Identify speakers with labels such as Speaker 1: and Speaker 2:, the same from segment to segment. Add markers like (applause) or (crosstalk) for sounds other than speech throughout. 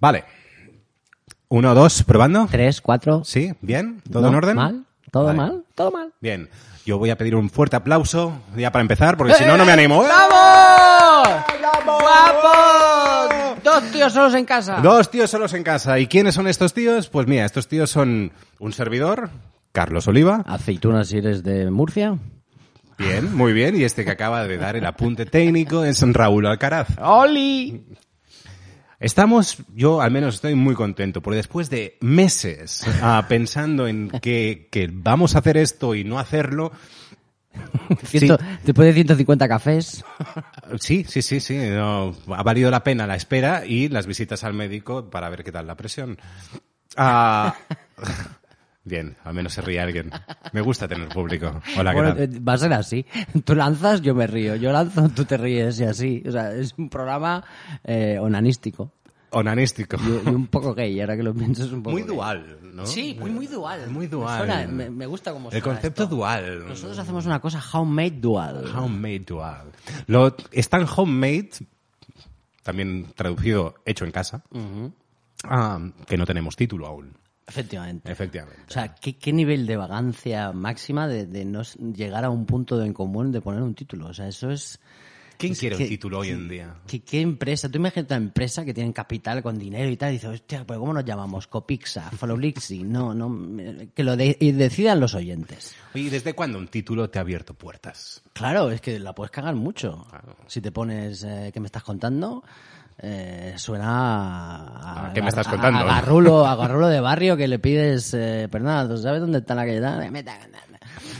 Speaker 1: Vale. Uno, dos, probando.
Speaker 2: Tres, cuatro.
Speaker 1: Sí, bien, todo
Speaker 2: ¿No?
Speaker 1: en orden.
Speaker 2: ¿Mal? ¿Todo
Speaker 1: Vale.
Speaker 2: mal? ¿Todo mal?
Speaker 1: Bien. Yo voy a pedir un fuerte aplauso ya para empezar, porque Pues si no, no me animo.
Speaker 2: ¡Eh!
Speaker 1: ¿eh?
Speaker 2: ¡Vamos!
Speaker 1: ¡Bravo!
Speaker 2: ¡Guapos! Dos tíos solos en casa.
Speaker 1: Dos tíos solos en casa. ¿Y quiénes son estos tíos? Pues mira, estos tíos son un servidor, Carlos Oliva.
Speaker 2: Aceitunas si eres de Murcia.
Speaker 1: Bien, muy bien. Y este que acaba de dar el apunte técnico es Raúl Alcaraz.
Speaker 2: ¡Oli!
Speaker 1: Estamos, yo al menos estoy muy contento, porque después de meses ah, pensando en que, que vamos a hacer esto y no hacerlo,
Speaker 2: Ciento- Después de 150 cafés.
Speaker 1: sí, sí, sí, sí, no, ha valido la pena la espera y las visitas al médico para ver qué tal la presión. Ah, (laughs) bien, al menos se ríe alguien. Me gusta tener público. Hola, ¿qué
Speaker 2: Bueno,
Speaker 1: tal?
Speaker 2: eh, va a ser así. Tú lanzas, yo me río. Yo lanzo, tú te ríes y así. O sea, es un programa eh, onanístico.
Speaker 1: Onanístico.
Speaker 2: Y, y un poco gay, ahora que lo pienso es un poco
Speaker 1: Muy
Speaker 2: gay.
Speaker 1: dual, ¿no?
Speaker 2: Sí, muy, muy dual.
Speaker 1: Muy dual.
Speaker 2: Me, suena- me- me gusta como
Speaker 1: El concepto dual.
Speaker 2: Nosotros hacemos una cosa homemade dual.
Speaker 1: Homemade dual. Lo, es tan homemade, también traducido hecho en casa, ah, que no tenemos título aún,
Speaker 2: Efectivamente.
Speaker 1: efectivamente.
Speaker 2: O sea, ¿qué, qué nivel de vagancia máxima de, de no s- llegar a un punto de en común de poner un título? O sea, eso es...
Speaker 1: ¿Quién
Speaker 2: es
Speaker 1: quiere
Speaker 2: que-
Speaker 1: un título hoy en día?
Speaker 2: ¿Qué, qué empresa? Tú imagínate una empresa que tiene capital con dinero y tal, y dice, hostia, pero ¿cómo nos llamamos? Copixa, Flolixi, no, no, me- que lo de- y decidan los oyentes.
Speaker 1: Oye, ¿Y desde cuándo un título te ha abierto puertas?
Speaker 2: Claro, es que la puedes cagar mucho. Si te pones, eh, ¿qué me estás contando? Eh, suena a,
Speaker 1: ¿A Ah, qué me estás
Speaker 2: a-
Speaker 1: contando?
Speaker 2: A,
Speaker 1: (laughs)
Speaker 2: a garrulo, a garrulo de barrio que le pides, eh, perdona, ¿tú sabes dónde está la calle? Me está contando.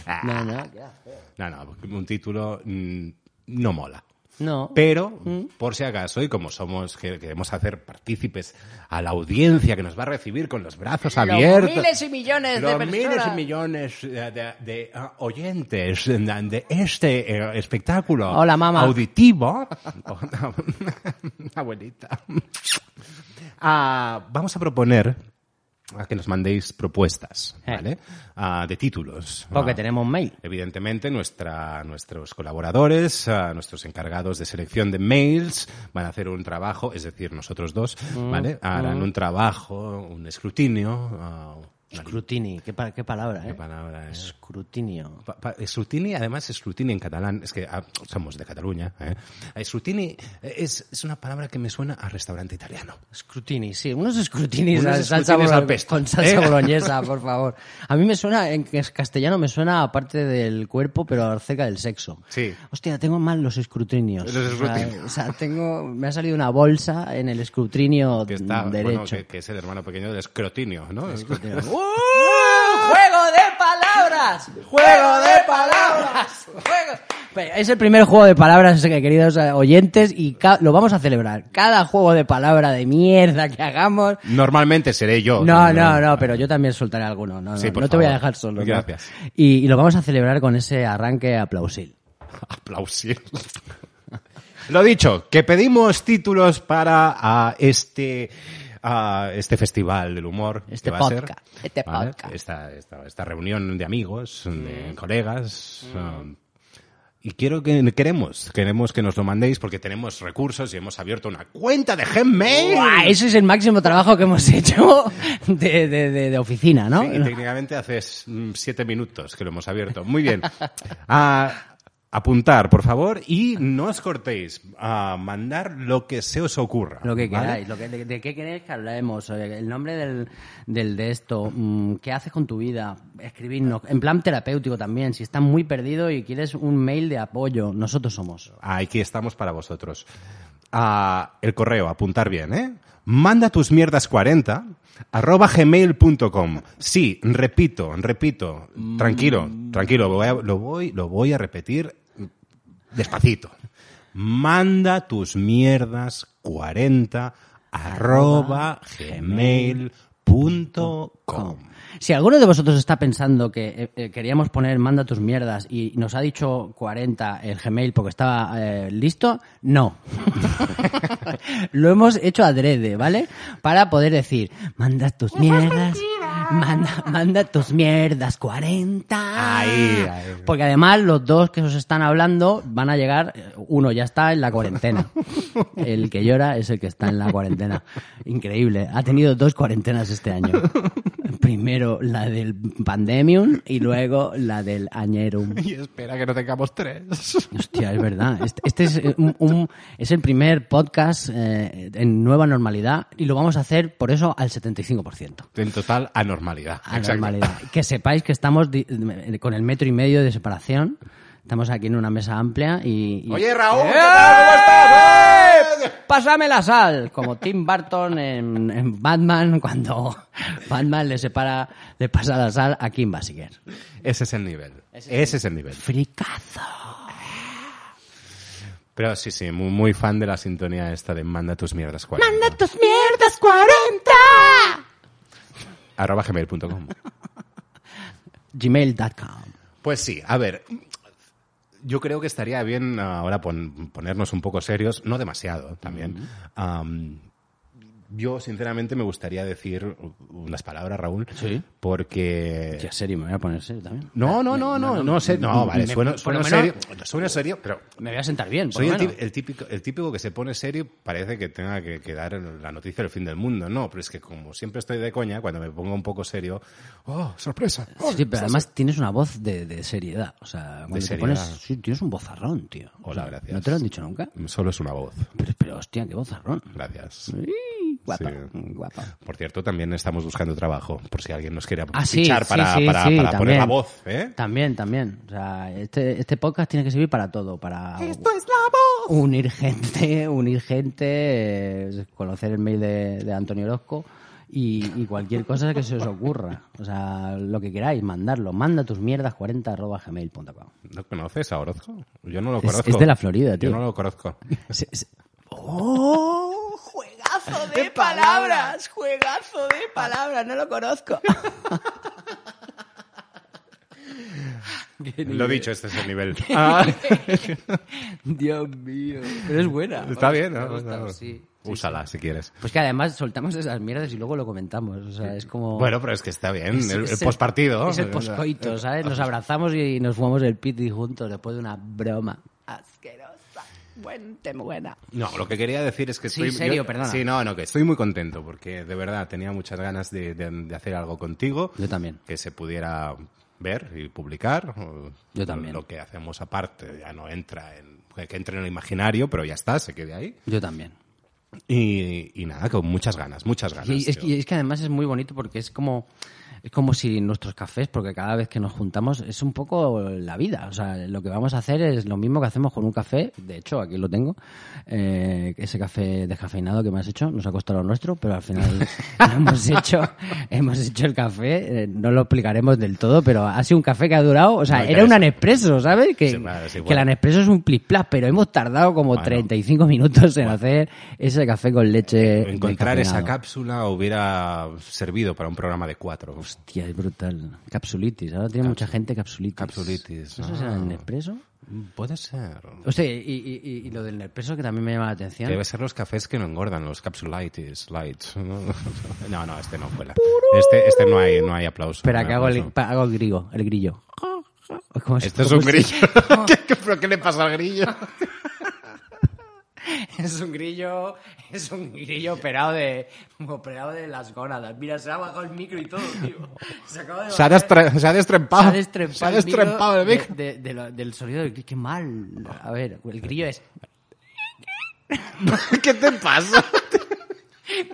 Speaker 1: Ah.
Speaker 2: No, no, ¿qué haces?
Speaker 1: No, no, un título mm, no mola.
Speaker 2: no.
Speaker 1: Pero,
Speaker 2: Mm.
Speaker 1: por si acaso, y como somos, que queremos hacer partícipes a la audiencia que nos va a recibir con los brazos abiertos.
Speaker 2: miles y millones de
Speaker 1: los
Speaker 2: personas.
Speaker 1: miles y millones eh, de, de, ah, oyentes de, de este eh, espectáculo
Speaker 2: Hola, mamá. (laughs)
Speaker 1: auditivo. Abuelita. Ah, vamos a proponer a que nos mandéis propuestas,
Speaker 2: Eh.
Speaker 1: ¿vale? Ah, de títulos.
Speaker 2: Porque
Speaker 1: Ah,
Speaker 2: tenemos mail.
Speaker 1: Evidentemente, nuestra, nuestros colaboradores, ah, nuestros encargados de selección de mails van a hacer un trabajo, es decir, nosotros dos, ¿vale? Harán un trabajo, un escrutinio. ah, una-
Speaker 2: Escrutini, qué, pa- qué palabra, ¿eh?
Speaker 1: qué palabra es?
Speaker 2: Escrutinio.
Speaker 1: Pa- pa- Escrutini, además, escrutini en catalán, es que ah, somos de Cataluña. ¿eh? Escrutini eh, es, es una palabra que me suena a restaurante italiano.
Speaker 2: Escrutini, sí, unos escrutinis,
Speaker 1: Unos
Speaker 2: a- salsa
Speaker 1: escrutinis
Speaker 2: bolo-
Speaker 1: al pesto,
Speaker 2: con salsa
Speaker 1: ¿eh? (laughs)
Speaker 2: boloñesa, por favor. A mí me suena, en cas- castellano me suena aparte del cuerpo, pero acerca del sexo.
Speaker 1: Sí.
Speaker 2: Hostia, tengo mal los escrutinios.
Speaker 1: Los
Speaker 2: O sea,
Speaker 1: escrutinios.
Speaker 2: o sea, tengo, me ha salido una bolsa en el escrutinio
Speaker 1: Que, está, bueno,
Speaker 2: derecho.
Speaker 1: que, que es el hermano pequeño del escrotinio, ¿no?
Speaker 2: ¡Oh! ¡Juego de palabras! ¡Juego de palabras! ¡Juego! Pero Es el primer juego de palabras, eh, queridos eh, oyentes, y ca- lo vamos a celebrar. Cada juego de palabra de mierda que hagamos.
Speaker 1: Normalmente seré yo.
Speaker 2: No, no, no, pero yo también soltaré alguno. No, no,
Speaker 1: Sí, por
Speaker 2: no te voy a
Speaker 1: favor.
Speaker 2: dejar solo. ¿no?
Speaker 1: Gracias.
Speaker 2: Y, y lo vamos a celebrar con ese arranque aplausil.
Speaker 1: Aplausir. (laughs) Lo dicho, que pedimos títulos para ah, este ah, este festival del humor
Speaker 2: Este
Speaker 1: que va a ser,
Speaker 2: podcast, este
Speaker 1: ¿vale?
Speaker 2: podcast.
Speaker 1: Esta, esta, esta reunión de amigos, de colegas. um, y quiero que queremos, queremos que nos lo mandéis porque tenemos recursos y hemos abierto una cuenta de Gmail.
Speaker 2: ¡Guau! Ese es el máximo trabajo que hemos (laughs) hecho de, de- de- de oficina, ¿no?
Speaker 1: Sí, y técnicamente hace mm, siete minutos que lo hemos abierto. Muy
Speaker 2: (laughs)
Speaker 1: bien. Ah, apuntar, por favor, y no os cortéis a mandar lo que se os ocurra.
Speaker 2: Lo que
Speaker 1: ¿vale?
Speaker 2: queráis, lo que, de, de qué queréis que hablemos, eh, el nombre del, del de esto, mm, qué haces con tu vida, escribirnos, en plan terapéutico también, si estás muy perdido y quieres un mail de apoyo, nosotros somos.
Speaker 1: Aquí estamos para vosotros. Ah, el correo, apuntar bien, ¿eh? Manda tus mierdas 40 arroba gmail.com. Sí, repito, repito. Tranquilo,
Speaker 3: Mm.
Speaker 1: tranquilo, lo voy, a, lo, voy, lo voy a repetir despacito. Manda tus mierdas 40 arroba gmail.com.
Speaker 2: Si alguno de vosotros está pensando que eh, eh, queríamos poner manda tus mierdas y nos ha dicho 40 el Gmail porque estaba eh, listo, no. (laughs) lo hemos hecho adrede, ¿vale? Para poder decir, manda tus mierdas Manda, manda tus mierdas 40.
Speaker 1: Ahí, ahí.
Speaker 2: Porque además los dos que os están hablando van a llegar, uno ya está en la cuarentena. El que llora es el que está en la cuarentena. Increíble. Ha tenido dos cuarentenas este año. Primero la del pandemium y luego la del añerum.
Speaker 3: Y espera que no tengamos tres.
Speaker 2: Hostia, es verdad. Este, este es, eh, un- un- es el primer podcast eh, en nueva normalidad y lo vamos a hacer por eso al 75%.
Speaker 1: En total anormalidad.
Speaker 2: A
Speaker 1: Exacto.
Speaker 2: normalidad. Que sepáis que estamos di- con el metro y medio de separación. Estamos aquí en una mesa amplia y... y-
Speaker 1: Oye, Raúl, ¿qué
Speaker 2: ¡Eh!
Speaker 1: tal? ¿Cómo estás? ¡Eh!
Speaker 2: ¡Pásame la sal! Como Tim Burton en, en Batman, cuando Batman le separa, le pasa la sal a Kim Basinger.
Speaker 1: Ese es el nivel. Ese es el, nivel.
Speaker 2: ¡Fricazo!
Speaker 1: Pero sí, sí, muy, muy fan de la sintonía esta de Manda tus mierdas 40.
Speaker 2: tus mierdas 40!
Speaker 1: Arroba gmail.com.
Speaker 2: Gmail.com
Speaker 1: Pues sí, a ver. Yo creo que estaría bien ahora pon- ponernos un poco serios, no demasiado ¿eh? también. Am, yo, sinceramente, me gustaría decir unas palabras, Raúl.
Speaker 2: Sí.
Speaker 1: Porque.
Speaker 2: Hostia, serio, me voy a poner serio también.
Speaker 1: No, no, no, no, no, no sé. No, vale,
Speaker 2: me-
Speaker 1: sueno,
Speaker 2: por
Speaker 1: sueno
Speaker 2: lo
Speaker 1: serio.
Speaker 2: menos-
Speaker 1: Sueno serio, pero
Speaker 2: Me voy a sentar bien, por
Speaker 1: Soy
Speaker 2: lo
Speaker 1: el tip-
Speaker 2: menos.
Speaker 1: el típico, el típico que se pone serio y parece que tenga que, que dar la noticia del fin del mundo. No, pero es que como siempre estoy de coña, cuando me pongo un poco serio, ¡oh, sorpresa! ¡Oh,
Speaker 2: Sí, pero además tienes una voz de, de seriedad. O sea, cuando te
Speaker 1: seriedad.
Speaker 2: pones. sí, tienes un bozarrón, tío. O
Speaker 1: Hola,
Speaker 2: sea,
Speaker 1: gracias.
Speaker 2: ¿No te lo han dicho nunca?
Speaker 1: Solo es una voz.
Speaker 2: Pero, pero, hostia, qué bozarrón.
Speaker 1: Gracias.
Speaker 2: Guapa.
Speaker 1: Sí.
Speaker 2: Guapa.
Speaker 1: Por cierto, también estamos buscando trabajo, por si alguien nos quiere
Speaker 2: Ah, sí,
Speaker 1: fichar
Speaker 2: sí,
Speaker 1: para,
Speaker 2: sí,
Speaker 1: para-
Speaker 2: sí,
Speaker 1: para poner
Speaker 2: también.
Speaker 1: la voz. ¿eh?
Speaker 2: También, también. O sea, este, este podcast tiene que servir para todo. Para unir gente, (laughs) unir gente, eh, conocer el mail de, de Antonio Orozco y, y cualquier cosa que se os ocurra. O sea, lo que queráis, mandarlo. Manda tus mierdas 40 arroba gmail.com.
Speaker 1: ¿No conoces a Orozco? Yo no lo
Speaker 2: Es-
Speaker 1: conozco.
Speaker 2: es de la Florida, tío.
Speaker 1: Yo no lo
Speaker 2: (laughs)
Speaker 1: conozco.
Speaker 2: Se- se-
Speaker 4: ¡Oh! ¡Juegazo de palabras! ¡Juegazo de palabras! No lo conozco.
Speaker 1: Lo dicho, este es el
Speaker 2: (laughs)
Speaker 1: nivel.
Speaker 2: (laughs) Dios mío. Pero es buena.
Speaker 1: Está bien,
Speaker 2: Me
Speaker 1: ¿no?
Speaker 2: ha gustado,
Speaker 1: No.
Speaker 2: sí.
Speaker 1: Úsala si quieres.
Speaker 2: Pues que además soltamos esas mierdas y luego lo comentamos. O sea, es como.
Speaker 1: Bueno, pero es que está bien.
Speaker 2: es-
Speaker 1: el,
Speaker 2: es
Speaker 1: el postpartido.
Speaker 2: Es el poscoito, ¿sabes? Nos abrazamos y nos fumamos el piti juntos después de una broma.
Speaker 4: Asquerosa. Buen tema, buena.
Speaker 1: No, lo que quería decir es que
Speaker 2: Sí,
Speaker 1: estoy...
Speaker 2: serio, perdona.
Speaker 1: Sí, no, no, que estoy muy contento porque de verdad tenía muchas ganas de, de- de hacer algo contigo.
Speaker 2: Yo también.
Speaker 1: Que se pudiera ver y publicar. o
Speaker 2: Yo también.
Speaker 1: Lo que hacemos aparte ya no entra en... Que que entre en el imaginario, pero ya está, se quede ahí.
Speaker 2: Yo también.
Speaker 1: Y, y nada, con muchas ganas, muchas ganas.
Speaker 2: Y es,
Speaker 1: tío.
Speaker 2: y es que además es muy bonito porque es como es como si nuestros cafés, porque cada vez que nos juntamos es un poco la vida. O sea, lo que vamos a hacer es lo mismo que hacemos con un café. De hecho, aquí lo tengo. Eh, ese café descafeinado que me has hecho nos ha costado lo nuestro, pero
Speaker 1: (laughs)
Speaker 2: al final hemos hecho hemos hecho el café. Eh, no lo explicaremos del todo, pero ha sido un café que ha durado. O sea,
Speaker 1: No
Speaker 2: era
Speaker 1: interesa.
Speaker 2: una Nespresso, ¿sabes? Que,
Speaker 1: Sí, claro, sí,
Speaker 2: que
Speaker 1: bueno.
Speaker 2: la Nespresso es un plis-plas, pero hemos tardado como
Speaker 1: Bueno.
Speaker 2: 35 minutos en hacer ese café con leche.
Speaker 1: Encontrar esa
Speaker 2: descafeinado.
Speaker 1: cápsula hubiera servido para un programa de cuatro.
Speaker 2: Hostia, es brutal. Capsulitis. Ahora tiene mucha gente capsulitis.
Speaker 1: Capsulitis,
Speaker 2: ¿No sé
Speaker 1: ah.
Speaker 2: si era el Nespresso?
Speaker 1: Puede ser.
Speaker 2: O sea, y, y- y- y lo del Nespresso que también me llama la atención.
Speaker 1: Debe ser los cafés que no engordan, los capsulitis, lights. (laughs) ¿no? No, no, este no cuela. Este, este no hay, no hay aplauso.
Speaker 2: Espera,
Speaker 1: No
Speaker 2: que
Speaker 1: hay
Speaker 2: hago el,
Speaker 1: aplauso.
Speaker 2: pa- hago el grillo. El grillo. ¿Cómo se-
Speaker 1: Este es
Speaker 2: cómo
Speaker 1: un
Speaker 2: se-
Speaker 1: grillo. (laughs) ¿Qué- qué- ¿Pero qué le pasa al (laughs) grillo?
Speaker 2: (laughs) Es un grillo, es un grillo operado de, operado de las gónadas. Mira, se ha bajado el micro y todo, tío. Se acaba de
Speaker 1: Se ha,
Speaker 2: bajar.
Speaker 1: destre- se ha destrempado.
Speaker 2: Se ha destrempado,
Speaker 1: Se ha destrempado el
Speaker 2: micro
Speaker 1: mic.
Speaker 2: de- de- de lo- del sonido del grillo. Qué mal. A ver, el grillo (laughs) es...
Speaker 1: ¿Qué te pasa?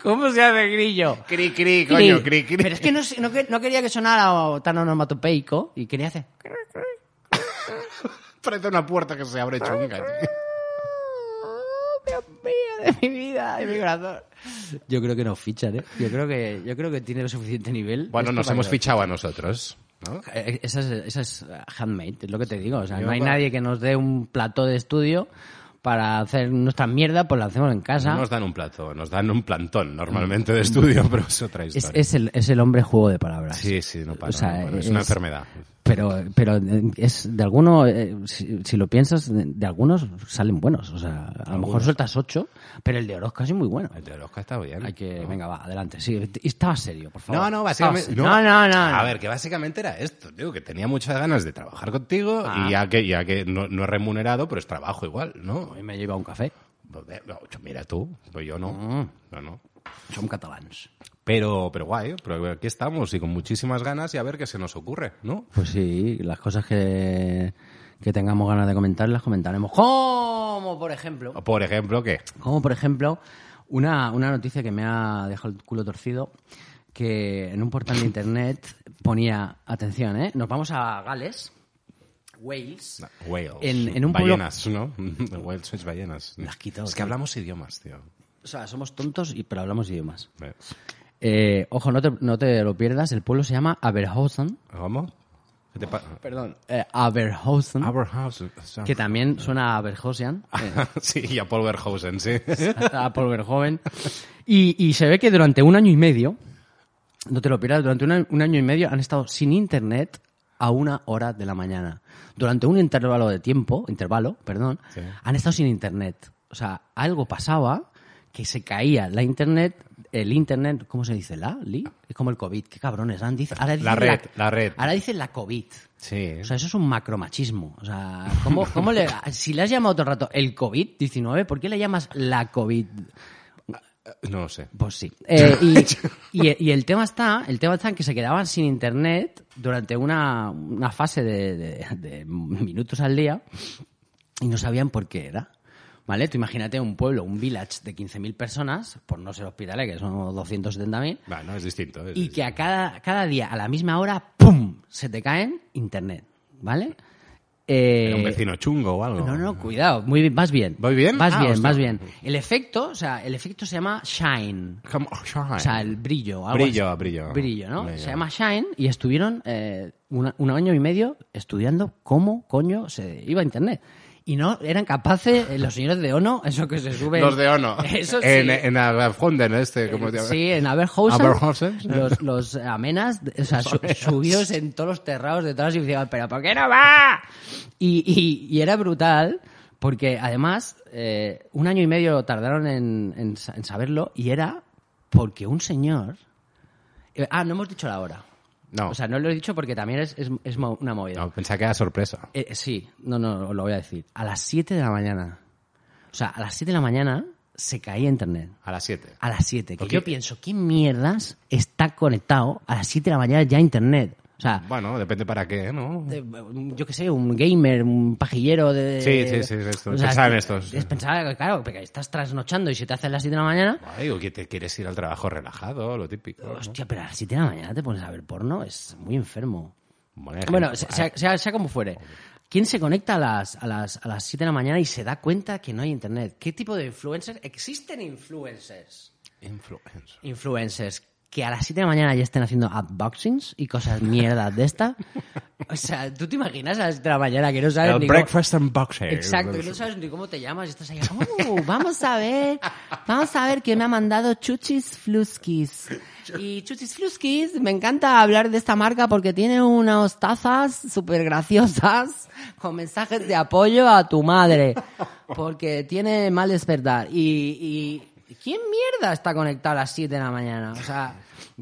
Speaker 2: ¿Cómo se hace grillo?
Speaker 1: (laughs) Cri, cri, coño,
Speaker 2: Sí,
Speaker 1: cri, cri.
Speaker 2: Pero es que no, sé- no que- no quería que sonara tan onomatopeico y quería hacer.
Speaker 1: Parece una puerta que se abre chunga. tío.
Speaker 2: Dios mío, de mi vida, de mi corazón. Yo creo que nos fichan, ¿eh? Yo creo que, yo creo que tiene lo suficiente nivel.
Speaker 1: Bueno,
Speaker 2: esto
Speaker 1: nos
Speaker 2: para
Speaker 1: hemos
Speaker 2: que-
Speaker 1: fichado a nosotros. ¿no?
Speaker 2: Eh, Esa es, esa es handmade, es lo que te digo. O sea,
Speaker 1: Yo
Speaker 2: no hay
Speaker 1: va-
Speaker 2: nadie que nos dé un plató de estudio para hacer nuestra mierda, pues la hacemos en
Speaker 1: No
Speaker 2: casa.
Speaker 1: nos dan un plato, nos dan un plantón normalmente de estudio, pero Mm. es otra
Speaker 2: Es,
Speaker 1: historia.
Speaker 2: es el, es el hombre juego de palabras.
Speaker 1: Sí, sí, no para.
Speaker 2: O sea,
Speaker 1: no para. es una
Speaker 2: es-
Speaker 1: enfermedad.
Speaker 2: Pero, pero eh, es de alguno, eh, si, si lo piensas, de, de algunos salen buenos. O sea, a lo mejor sueltas ocho, pero el de Orozco es muy bueno.
Speaker 1: El de Orozco está bien.
Speaker 2: Hay que, venga, va, adelante. Sí, y estaba serio, por favor.
Speaker 1: No, no,
Speaker 2: Estaba
Speaker 1: básicamente.
Speaker 2: serio. No, no, no.
Speaker 1: A
Speaker 2: no.
Speaker 1: ver, que básicamente era esto, digo, que tenía muchas ganas de trabajar contigo
Speaker 2: Ah.
Speaker 1: y ya que, ya que no, no es remunerado, pero es trabajo igual, ¿no?
Speaker 2: A mí me lleva un café.
Speaker 1: Pues, eh, no, Mira tú, pues yo no.
Speaker 2: Mm.
Speaker 1: No, no.
Speaker 2: Som catalans.
Speaker 1: Pero, pero guay, pero aquí estamos y con muchísimas ganas y a ver qué se nos ocurre, ¿no?
Speaker 2: Pues sí, las cosas que, que tengamos ganas de comentar las comentaremos. Como, por ejemplo,
Speaker 1: Por ejemplo, que
Speaker 2: Como por ejemplo, una, una noticia que me ha dejado el culo torcido, que en un portal de internet ponía, atención, ¿eh? Nos vamos a Gales, Wales.
Speaker 1: Whales.
Speaker 2: En- en un pueblo-
Speaker 1: ballenas, ¿no? (laughs) Whales sois ballenas.
Speaker 2: Las quito,
Speaker 1: es que
Speaker 2: tío.
Speaker 1: hablamos idiomas, tío.
Speaker 2: O sea, somos tontos, y, pero hablamos idiomas.
Speaker 1: Eh,
Speaker 2: Eh, ojo, no te, no te lo pierdas, el pueblo se llama Aberhausen.
Speaker 1: ¿Cómo? ¿Qué te pasa?
Speaker 2: Perdón, eh, Aberhausen.
Speaker 1: Aberhausen.
Speaker 2: que también suena a Aberhausen. eh,
Speaker 1: (laughs) sí, y a Paul Verhoeven, sí.
Speaker 2: (laughs) a Paul Verhoeven. Y, y se ve que durante un año y medio, no te lo pierdas, durante un, un año y medio han estado sin internet a una hora de la mañana. Durante un intervalo de tiempo, intervalo, perdón,
Speaker 1: Sí.
Speaker 2: han estado sin internet. O sea, algo pasaba que se caía la internet, el internet, ¿cómo se dice? ¿La? ¿Li? Es como el COVID, qué cabrones. han dice- ahora dicen
Speaker 1: La red, la red.
Speaker 2: Ahora dicen la COVID.
Speaker 1: Sí.
Speaker 2: O sea, eso es un macromachismo. O sea,
Speaker 1: (laughs)
Speaker 2: ¿cómo, cómo le, si le has llamado todo el rato el COVID-19, ¿por qué le llamas la COVID?
Speaker 1: no lo sé.
Speaker 2: Pues
Speaker 1: (laughs)
Speaker 2: sí. Eh, y, y- y el tema está, el tema está en que se quedaban sin internet durante una, una fase de, de- de minutos al día y no sabían por qué era. ¿Vale? Tú imagínate un pueblo, un village de 15.000 personas, por no ser hospitales, que son 270.000,
Speaker 1: Bueno, es distinto. es-
Speaker 2: y que a cada, cada día, a la misma hora, ¡pum! se te caen internet, ¿vale? Eh,
Speaker 1: Era un vecino chungo o algo.
Speaker 2: No, no, cuidado, muy bien, vas bien.
Speaker 1: ¿Voy bien?
Speaker 2: Vas
Speaker 1: Ah,
Speaker 2: bien,
Speaker 1: hostia.
Speaker 2: vas bien. El efecto, o sea, el efecto se llama shine.
Speaker 1: Come on, shine.
Speaker 2: O sea, el brillo. algo
Speaker 1: Brillo,
Speaker 2: así.
Speaker 1: brillo.
Speaker 2: Brillo, ¿no?
Speaker 1: Brillo.
Speaker 2: Se llama Shine y estuvieron eh, una- un año y medio estudiando cómo coño se iba a Internet. Y no eran capaces, eh, los señores de ONO, eso que se suben...
Speaker 1: Los de Ono.
Speaker 2: (laughs) Eso sí. Eh,
Speaker 1: En, en Agafunden, este, como se llama.
Speaker 2: Sí, en Aberhausen,
Speaker 1: Aberhausen.
Speaker 2: los, los amenas, o sea, su- subidos en todos los terrados de todas las ciudades, pero ¿por qué no va? Y, y- y era brutal, porque además, eh, un año y medio tardaron en, en sa- en saberlo, y era porque un señor... eh, ah, no hemos dicho la hora.
Speaker 1: No.
Speaker 2: O sea, no lo he dicho porque también es, es- es mo- una movida.
Speaker 1: No, pensaba que era sorpresa.
Speaker 2: Eh, eh, sí, no, no, os lo voy a decir. A las 7 de la mañana. O sea, a las 7 de la mañana se caía internet.
Speaker 1: A las 7.
Speaker 2: A las 7. Que
Speaker 1: Ok.
Speaker 2: yo pienso, ¿qué mierdas está conectado a las 7 de la mañana ya a internet? O sea,
Speaker 1: Bueno, depende para qué, ¿no?
Speaker 2: de- yo qué sé, un gamer, un pajillero de...
Speaker 1: Sí, sí, sí, es esto. Pensaba en esto, sí.
Speaker 2: es pensar, que, claro, porque estás trasnochando y se te hace a las 7 de la mañana.
Speaker 1: Ay, o que te quieres ir al trabajo relajado, lo típico. ¿no?
Speaker 2: Hostia, pero a las 7 de la mañana te pones a ver porno, es muy enfermo.
Speaker 1: Bueno, hay
Speaker 2: Bueno,
Speaker 1: gente-
Speaker 2: se- sea, sea- sea como fuere. ¿Quién se conecta a las, a, las, a las 7 de la mañana y se da cuenta que no hay internet? ¿Qué tipo de influencers? ¿Existen influencers?
Speaker 1: Influencer.
Speaker 2: influencers que a las 7 de la mañana ya estén haciendo unboxings y cosas mierdas de esta. O sea, ¿tú te imaginas a las 7 de la mañana que no sabes
Speaker 1: El
Speaker 2: ni cómo-
Speaker 1: breakfast and boxing.
Speaker 2: Exacto, que no sabes ni cómo te llamas y estás ahí, "Oh, vamos a ver, vamos a ver que me ha mandado Chuchis Fluskis. Y Chuchis Fluskis, me encanta hablar de esta marca porque tiene unas tazas súper graciosas con mensajes de apoyo a tu madre, porque tiene mal despertar. Y, y ¿quién mierda está conectado a las 7 de la mañana? O sea,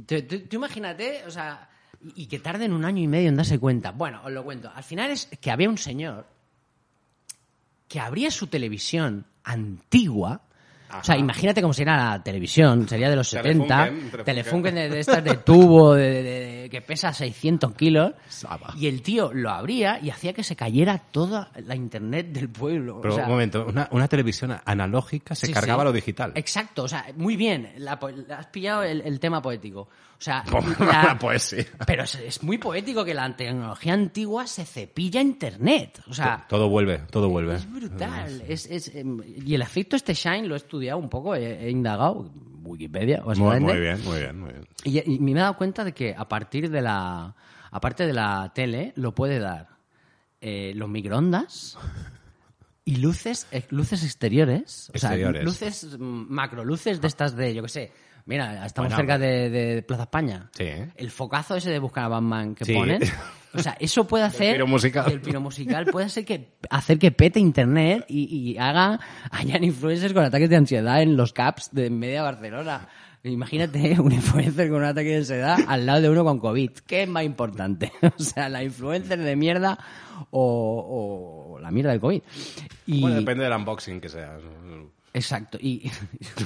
Speaker 2: tú- tú- tú imagínate, o sea... Y y que tarden un año y medio en darse cuenta. Bueno, os lo cuento. Al final es que había un señor que abría su televisión antigua. O sea, imagínate cómo sería la televisión, sería de los 70,
Speaker 1: Telefunken, Telefunken.
Speaker 2: Telefunken de, de estas de tubo, de, de- de- que pesa 600 kilos,
Speaker 1: Saba.
Speaker 2: y el tío lo abría y hacía que se cayera toda la internet del pueblo.
Speaker 1: Pero
Speaker 2: o sea,
Speaker 1: un momento, una, una televisión analógica se
Speaker 2: sí,
Speaker 1: cargaba
Speaker 2: sí.
Speaker 1: lo digital. (laughs)
Speaker 2: Exacto, o sea, muy bien, la po- has pillado el, el tema poético.
Speaker 1: (laughs)
Speaker 2: O sea,
Speaker 1: La poesía.
Speaker 2: pero es, es muy poético que la tecnología antigua se cepilla internet. O sea,
Speaker 1: Todo vuelve, todo vuelve.
Speaker 2: es brutal. Es, es, em, y el efecto este Shine lo he estudiado un poco, he, he indagado. Wikipedia,
Speaker 1: Muy,
Speaker 2: básicamente.
Speaker 1: muy bien, muy bien, muy bien.
Speaker 2: Y, y me he dado cuenta de que a partir de la. Aparte de la tele, lo puede dar eh, los microondas y luces, eh, luces exteriores. O sea,
Speaker 1: Exteriores. Ah.
Speaker 2: luces, mm, macro, luces de estas de, yo qué sé. Mira, estamos
Speaker 1: Bueno, pues
Speaker 2: cerca de, de Plaza España.
Speaker 1: Sí. ¿eh?
Speaker 2: El focazo ese de Buscar a Batman que
Speaker 1: Sí.
Speaker 2: ponen. O sea, eso puede hacer...
Speaker 1: piro musical.
Speaker 2: El piro musical puede hacer que, hacer que pete internet y, y haga... Hayan influencers con ataques de ansiedad en los caps de media Barcelona. Imagínate un influencer con un ataque de ansiedad al lado de uno con COVID. ¿Qué es más importante? (laughs) O sea, la influencer de mierda o, o la mierda del COVID. Y,
Speaker 1: Bueno, depende del unboxing que sea.
Speaker 2: Exacto. Y,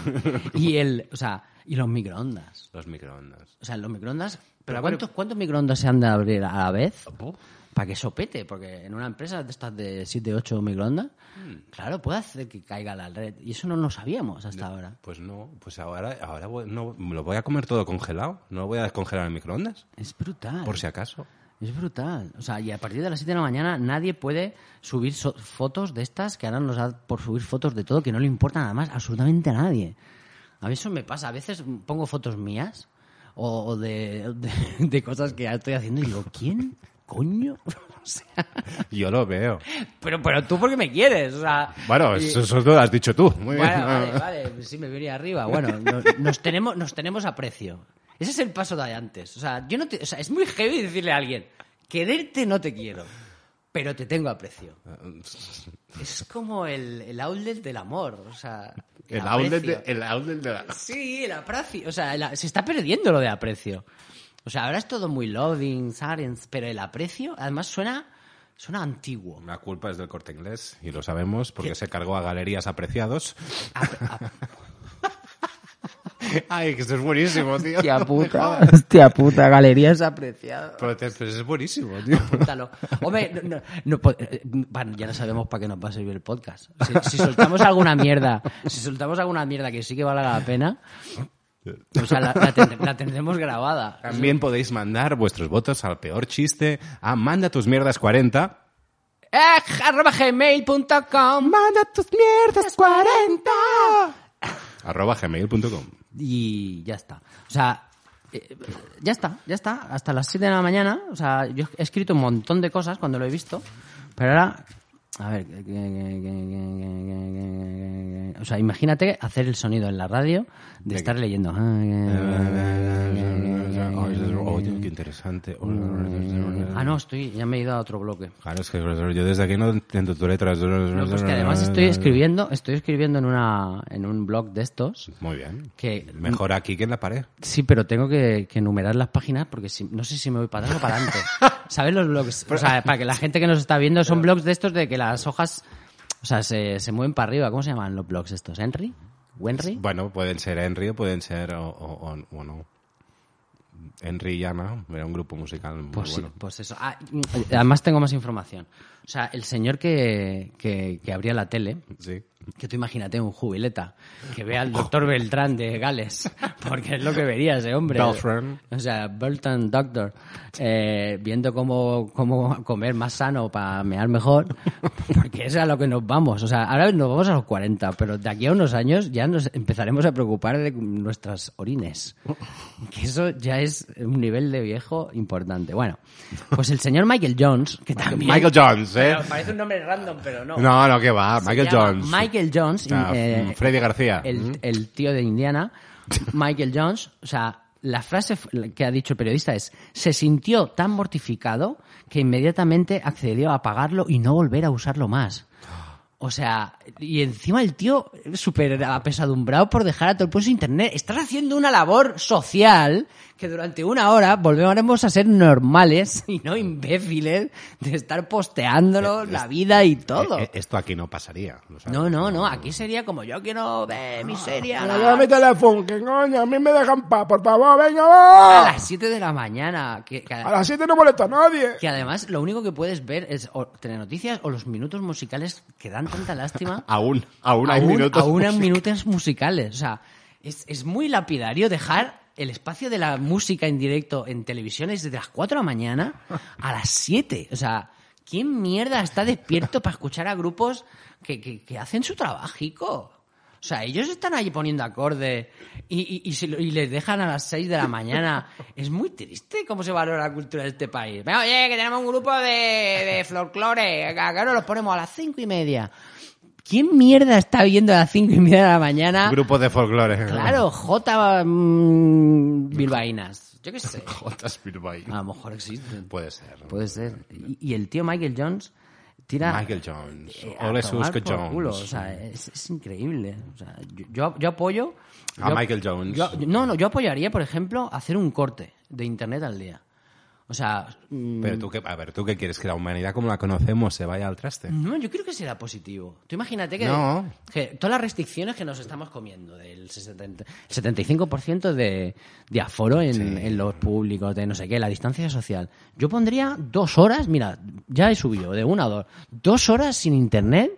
Speaker 2: (laughs) y el, o sea, y los microondas.
Speaker 1: Los microondas.
Speaker 2: O sea, los microondas.
Speaker 1: Pero
Speaker 2: Pero
Speaker 1: bueno-
Speaker 2: ¿cuántos, ¿cuántos microondas se han de abrir a la vez? Para que eso pete, porque en una empresa de estas de 7, 8 microondas,
Speaker 1: Hmm.
Speaker 2: claro, puede hacer que caiga la red. Y eso no lo sabíamos hasta ahora.
Speaker 1: Pues no, pues ahora, ahora voy- no, me lo voy a comer todo congelado. No lo voy a descongelar en el microondas,
Speaker 2: Es brutal.
Speaker 1: por si acaso.
Speaker 2: Es brutal. O sea, y a partir de las 7 de la mañana nadie puede subir so- fotos de estas que ahora nos da por subir fotos de todo que no le importa nada más absolutamente a nadie. A mí eso me pasa. A veces pongo fotos mías o, o de, de, de cosas que estoy haciendo y digo, ¿quién coño? (laughs) O sea,
Speaker 1: Yo lo veo.
Speaker 2: pero, pero tú porque me quieres. O sea,
Speaker 1: Bueno,
Speaker 2: y-
Speaker 1: eso, eso lo has dicho tú. Muy bien.
Speaker 2: bueno, vale, vale, pues sí me venía arriba. Bueno, nos, nos tenemos, nos tenemos aprecio. Ese es el paso de antes. O sea, yo no te- o sea, es muy heavy decirle a alguien, quererte no te quiero, pero te tengo aprecio. Es como el, el outlet del amor, o sea...
Speaker 1: El outlet, de,
Speaker 2: aprecio.
Speaker 1: el outlet de la...
Speaker 2: Sí, el aprecio. O sea, el a- se está perdiendo lo de aprecio. O sea, ahora es todo muy loving, sarens, pero el aprecio además suena, suena antiguo.
Speaker 1: La culpa es del corte inglés y lo sabemos porque se cargó a galerías apreciados. (laughs) Ay, que esto es buenísimo, tío.
Speaker 2: hostia puta, galerías apreciadas.
Speaker 1: Pero, te- pero es buenísimo, tío.
Speaker 2: Apúntalo. Hombre, no, no, no po- eh, bueno, ya no sabemos para qué nos va a servir el podcast. Si, si soltamos alguna mierda, si soltamos alguna mierda que sí que valga la pena, o sea, la, la tendré- la tendremos grabada.
Speaker 1: También podéis mandar vuestros votos al peor chiste a manda tus mierdas 40
Speaker 2: Eh, arroba gmail.com
Speaker 1: Manda tus mierdas 40 arroba gmail.com.
Speaker 2: y ya está. O sea, eh, ya está, ya está. Hasta las 7 de la mañana. O sea, yo he escrito un montón de cosas cuando lo he visto. Pero ahora, a ver. O sea, imagínate hacer el sonido en la radio de estar leyendo.
Speaker 1: Oye, qué interesante.
Speaker 2: Ah, no, estoy, ya me he ido a otro bloque.
Speaker 1: Claro, es que yo desde aquí no entiendo tu letra.
Speaker 2: No, pues que además estoy escribiendo, estoy escribiendo en una, en un blog de estos
Speaker 1: Muy bien.
Speaker 2: que
Speaker 1: Mejor aquí que en la pared.
Speaker 2: Sí, pero tengo que, que enumerar las páginas porque si- no sé si me voy para atrás o para adelante.
Speaker 1: (laughs)
Speaker 2: ¿Sabes los blogs? O sea, para que la gente que nos está viendo, son blogs de estos de que las hojas, o sea, se, se mueven para arriba. ¿Cómo se llaman los blogs estos? ¿Henry? ¿Wenry?
Speaker 1: Bueno, pueden ser Henry o pueden ser o, o- o- o no. Henry y Ana era un grupo musical muy
Speaker 2: Pues, sí,
Speaker 1: bueno.
Speaker 2: pues eso. Ah, y- además tengo más información. O sea, el señor que, que, que abría la tele,
Speaker 1: Sí.
Speaker 2: que tú imagínate un jubileta que vea
Speaker 1: Oh.
Speaker 2: al doctor Beltrán de Gales, (laughs) porque es lo que vería ese hombre.
Speaker 1: Beltrán.
Speaker 2: O sea, Beltrán Doctor, eh, viendo cómo, cómo comer más sano para mear mejor, (laughs) porque eso es a lo que nos vamos. O sea, ahora nos vamos a los 40, pero de aquí a unos años ya nos empezaremos a preocupar de nuestras orines. Que eso ya es un nivel de viejo importante. Bueno, pues el señor Michael Jones, que también...
Speaker 1: Michael Jones, ¿eh?
Speaker 2: Pero Parece un nombre random, pero no.
Speaker 1: No, no, que va. Michael
Speaker 2: Se llama
Speaker 1: Jones.
Speaker 2: Michael Jones.
Speaker 1: Ah, Mm.
Speaker 2: eh,
Speaker 1: Freddy García.
Speaker 2: el, el tío de
Speaker 1: (laughs)
Speaker 2: Indiana, Michael Jones, o sea, la frase f- que ha dicho el periodista es, se sintió tan mortificado que inmediatamente accedió a apagarlo y no volver a usarlo más. O sea, y encima el tío súper apesadumbrado por dejar a todo el pueblo sin internet. Estás haciendo una labor social que durante una hora volveremos a ser normales (laughs) y no imbéciles de estar posteándolo la vida y todo.
Speaker 1: Eh, eh, esto aquí no pasaría. ¿lo sabes?
Speaker 2: No, no, no, aquí sería como yo quiero ver mi serie. a la-
Speaker 3: Dame mi teléfono, que coño, a mí me dejan paz, por favor, venga,
Speaker 2: a
Speaker 3: va.
Speaker 2: las 7 de la mañana. Que, que-
Speaker 3: A las 7 no molesta a nadie.
Speaker 2: que además lo único que puedes ver es o telenoticias o los minutos musicales que dan tanta lástima.
Speaker 1: Aún, aún, hay
Speaker 2: aún-
Speaker 1: minutos. (laughs)
Speaker 2: aún en minutos musicales. O sea, es, es muy lapidario dejar el espacio de la música en directo en televisiones desde las 4 de la mañana a las 7. O sea, ¿quién mierda está despierto para escuchar a grupos que, que- que hacen su trabajico? O sea, ellos están ahí poniendo acordes y, y- y se lo- y les dejan a las 6 de la mañana. Es muy triste cómo se valora la cultura de este país. Venga, Oye, que tenemos un grupo de, de folclore. Claro, los ponemos a las 5 y media. ¿Quién mierda está viendo a las cinco y media de la mañana?
Speaker 1: Grupo de folclore.
Speaker 2: Claro, J. mm, Bilbaínas. Yo qué sé.
Speaker 1: (laughs) Jotas Bilbaín.
Speaker 2: A lo mejor existen.
Speaker 1: Puede ser.
Speaker 2: Puede ser. Y, y el tío Michael Jones tira.
Speaker 1: Michael Jones.
Speaker 2: eh, a
Speaker 1: Ole
Speaker 2: tomar
Speaker 1: Susco
Speaker 2: por
Speaker 1: Jones.
Speaker 2: culo, o sea, es, es increíble. O sea, yo- yo, yo apoyo.
Speaker 1: A
Speaker 2: yo-
Speaker 1: Michael Jones.
Speaker 2: yo- no, no, yo apoyaría, por ejemplo, hacer un corte de internet al día. O sea, mm,
Speaker 1: Pero tú, qué, a ver, ¿tú qué quieres? ¿Que la humanidad como la conocemos se vaya al traste?
Speaker 2: No, yo creo que será positivo. Tú imagínate que,
Speaker 1: No.
Speaker 2: que todas las restricciones que nos estamos comiendo, del 60 75% de, de aforo en, en los públicos, de no sé qué, la distancia social. Yo pondría dos horas, mira, ya he subido, de una a dos, dos horas sin internet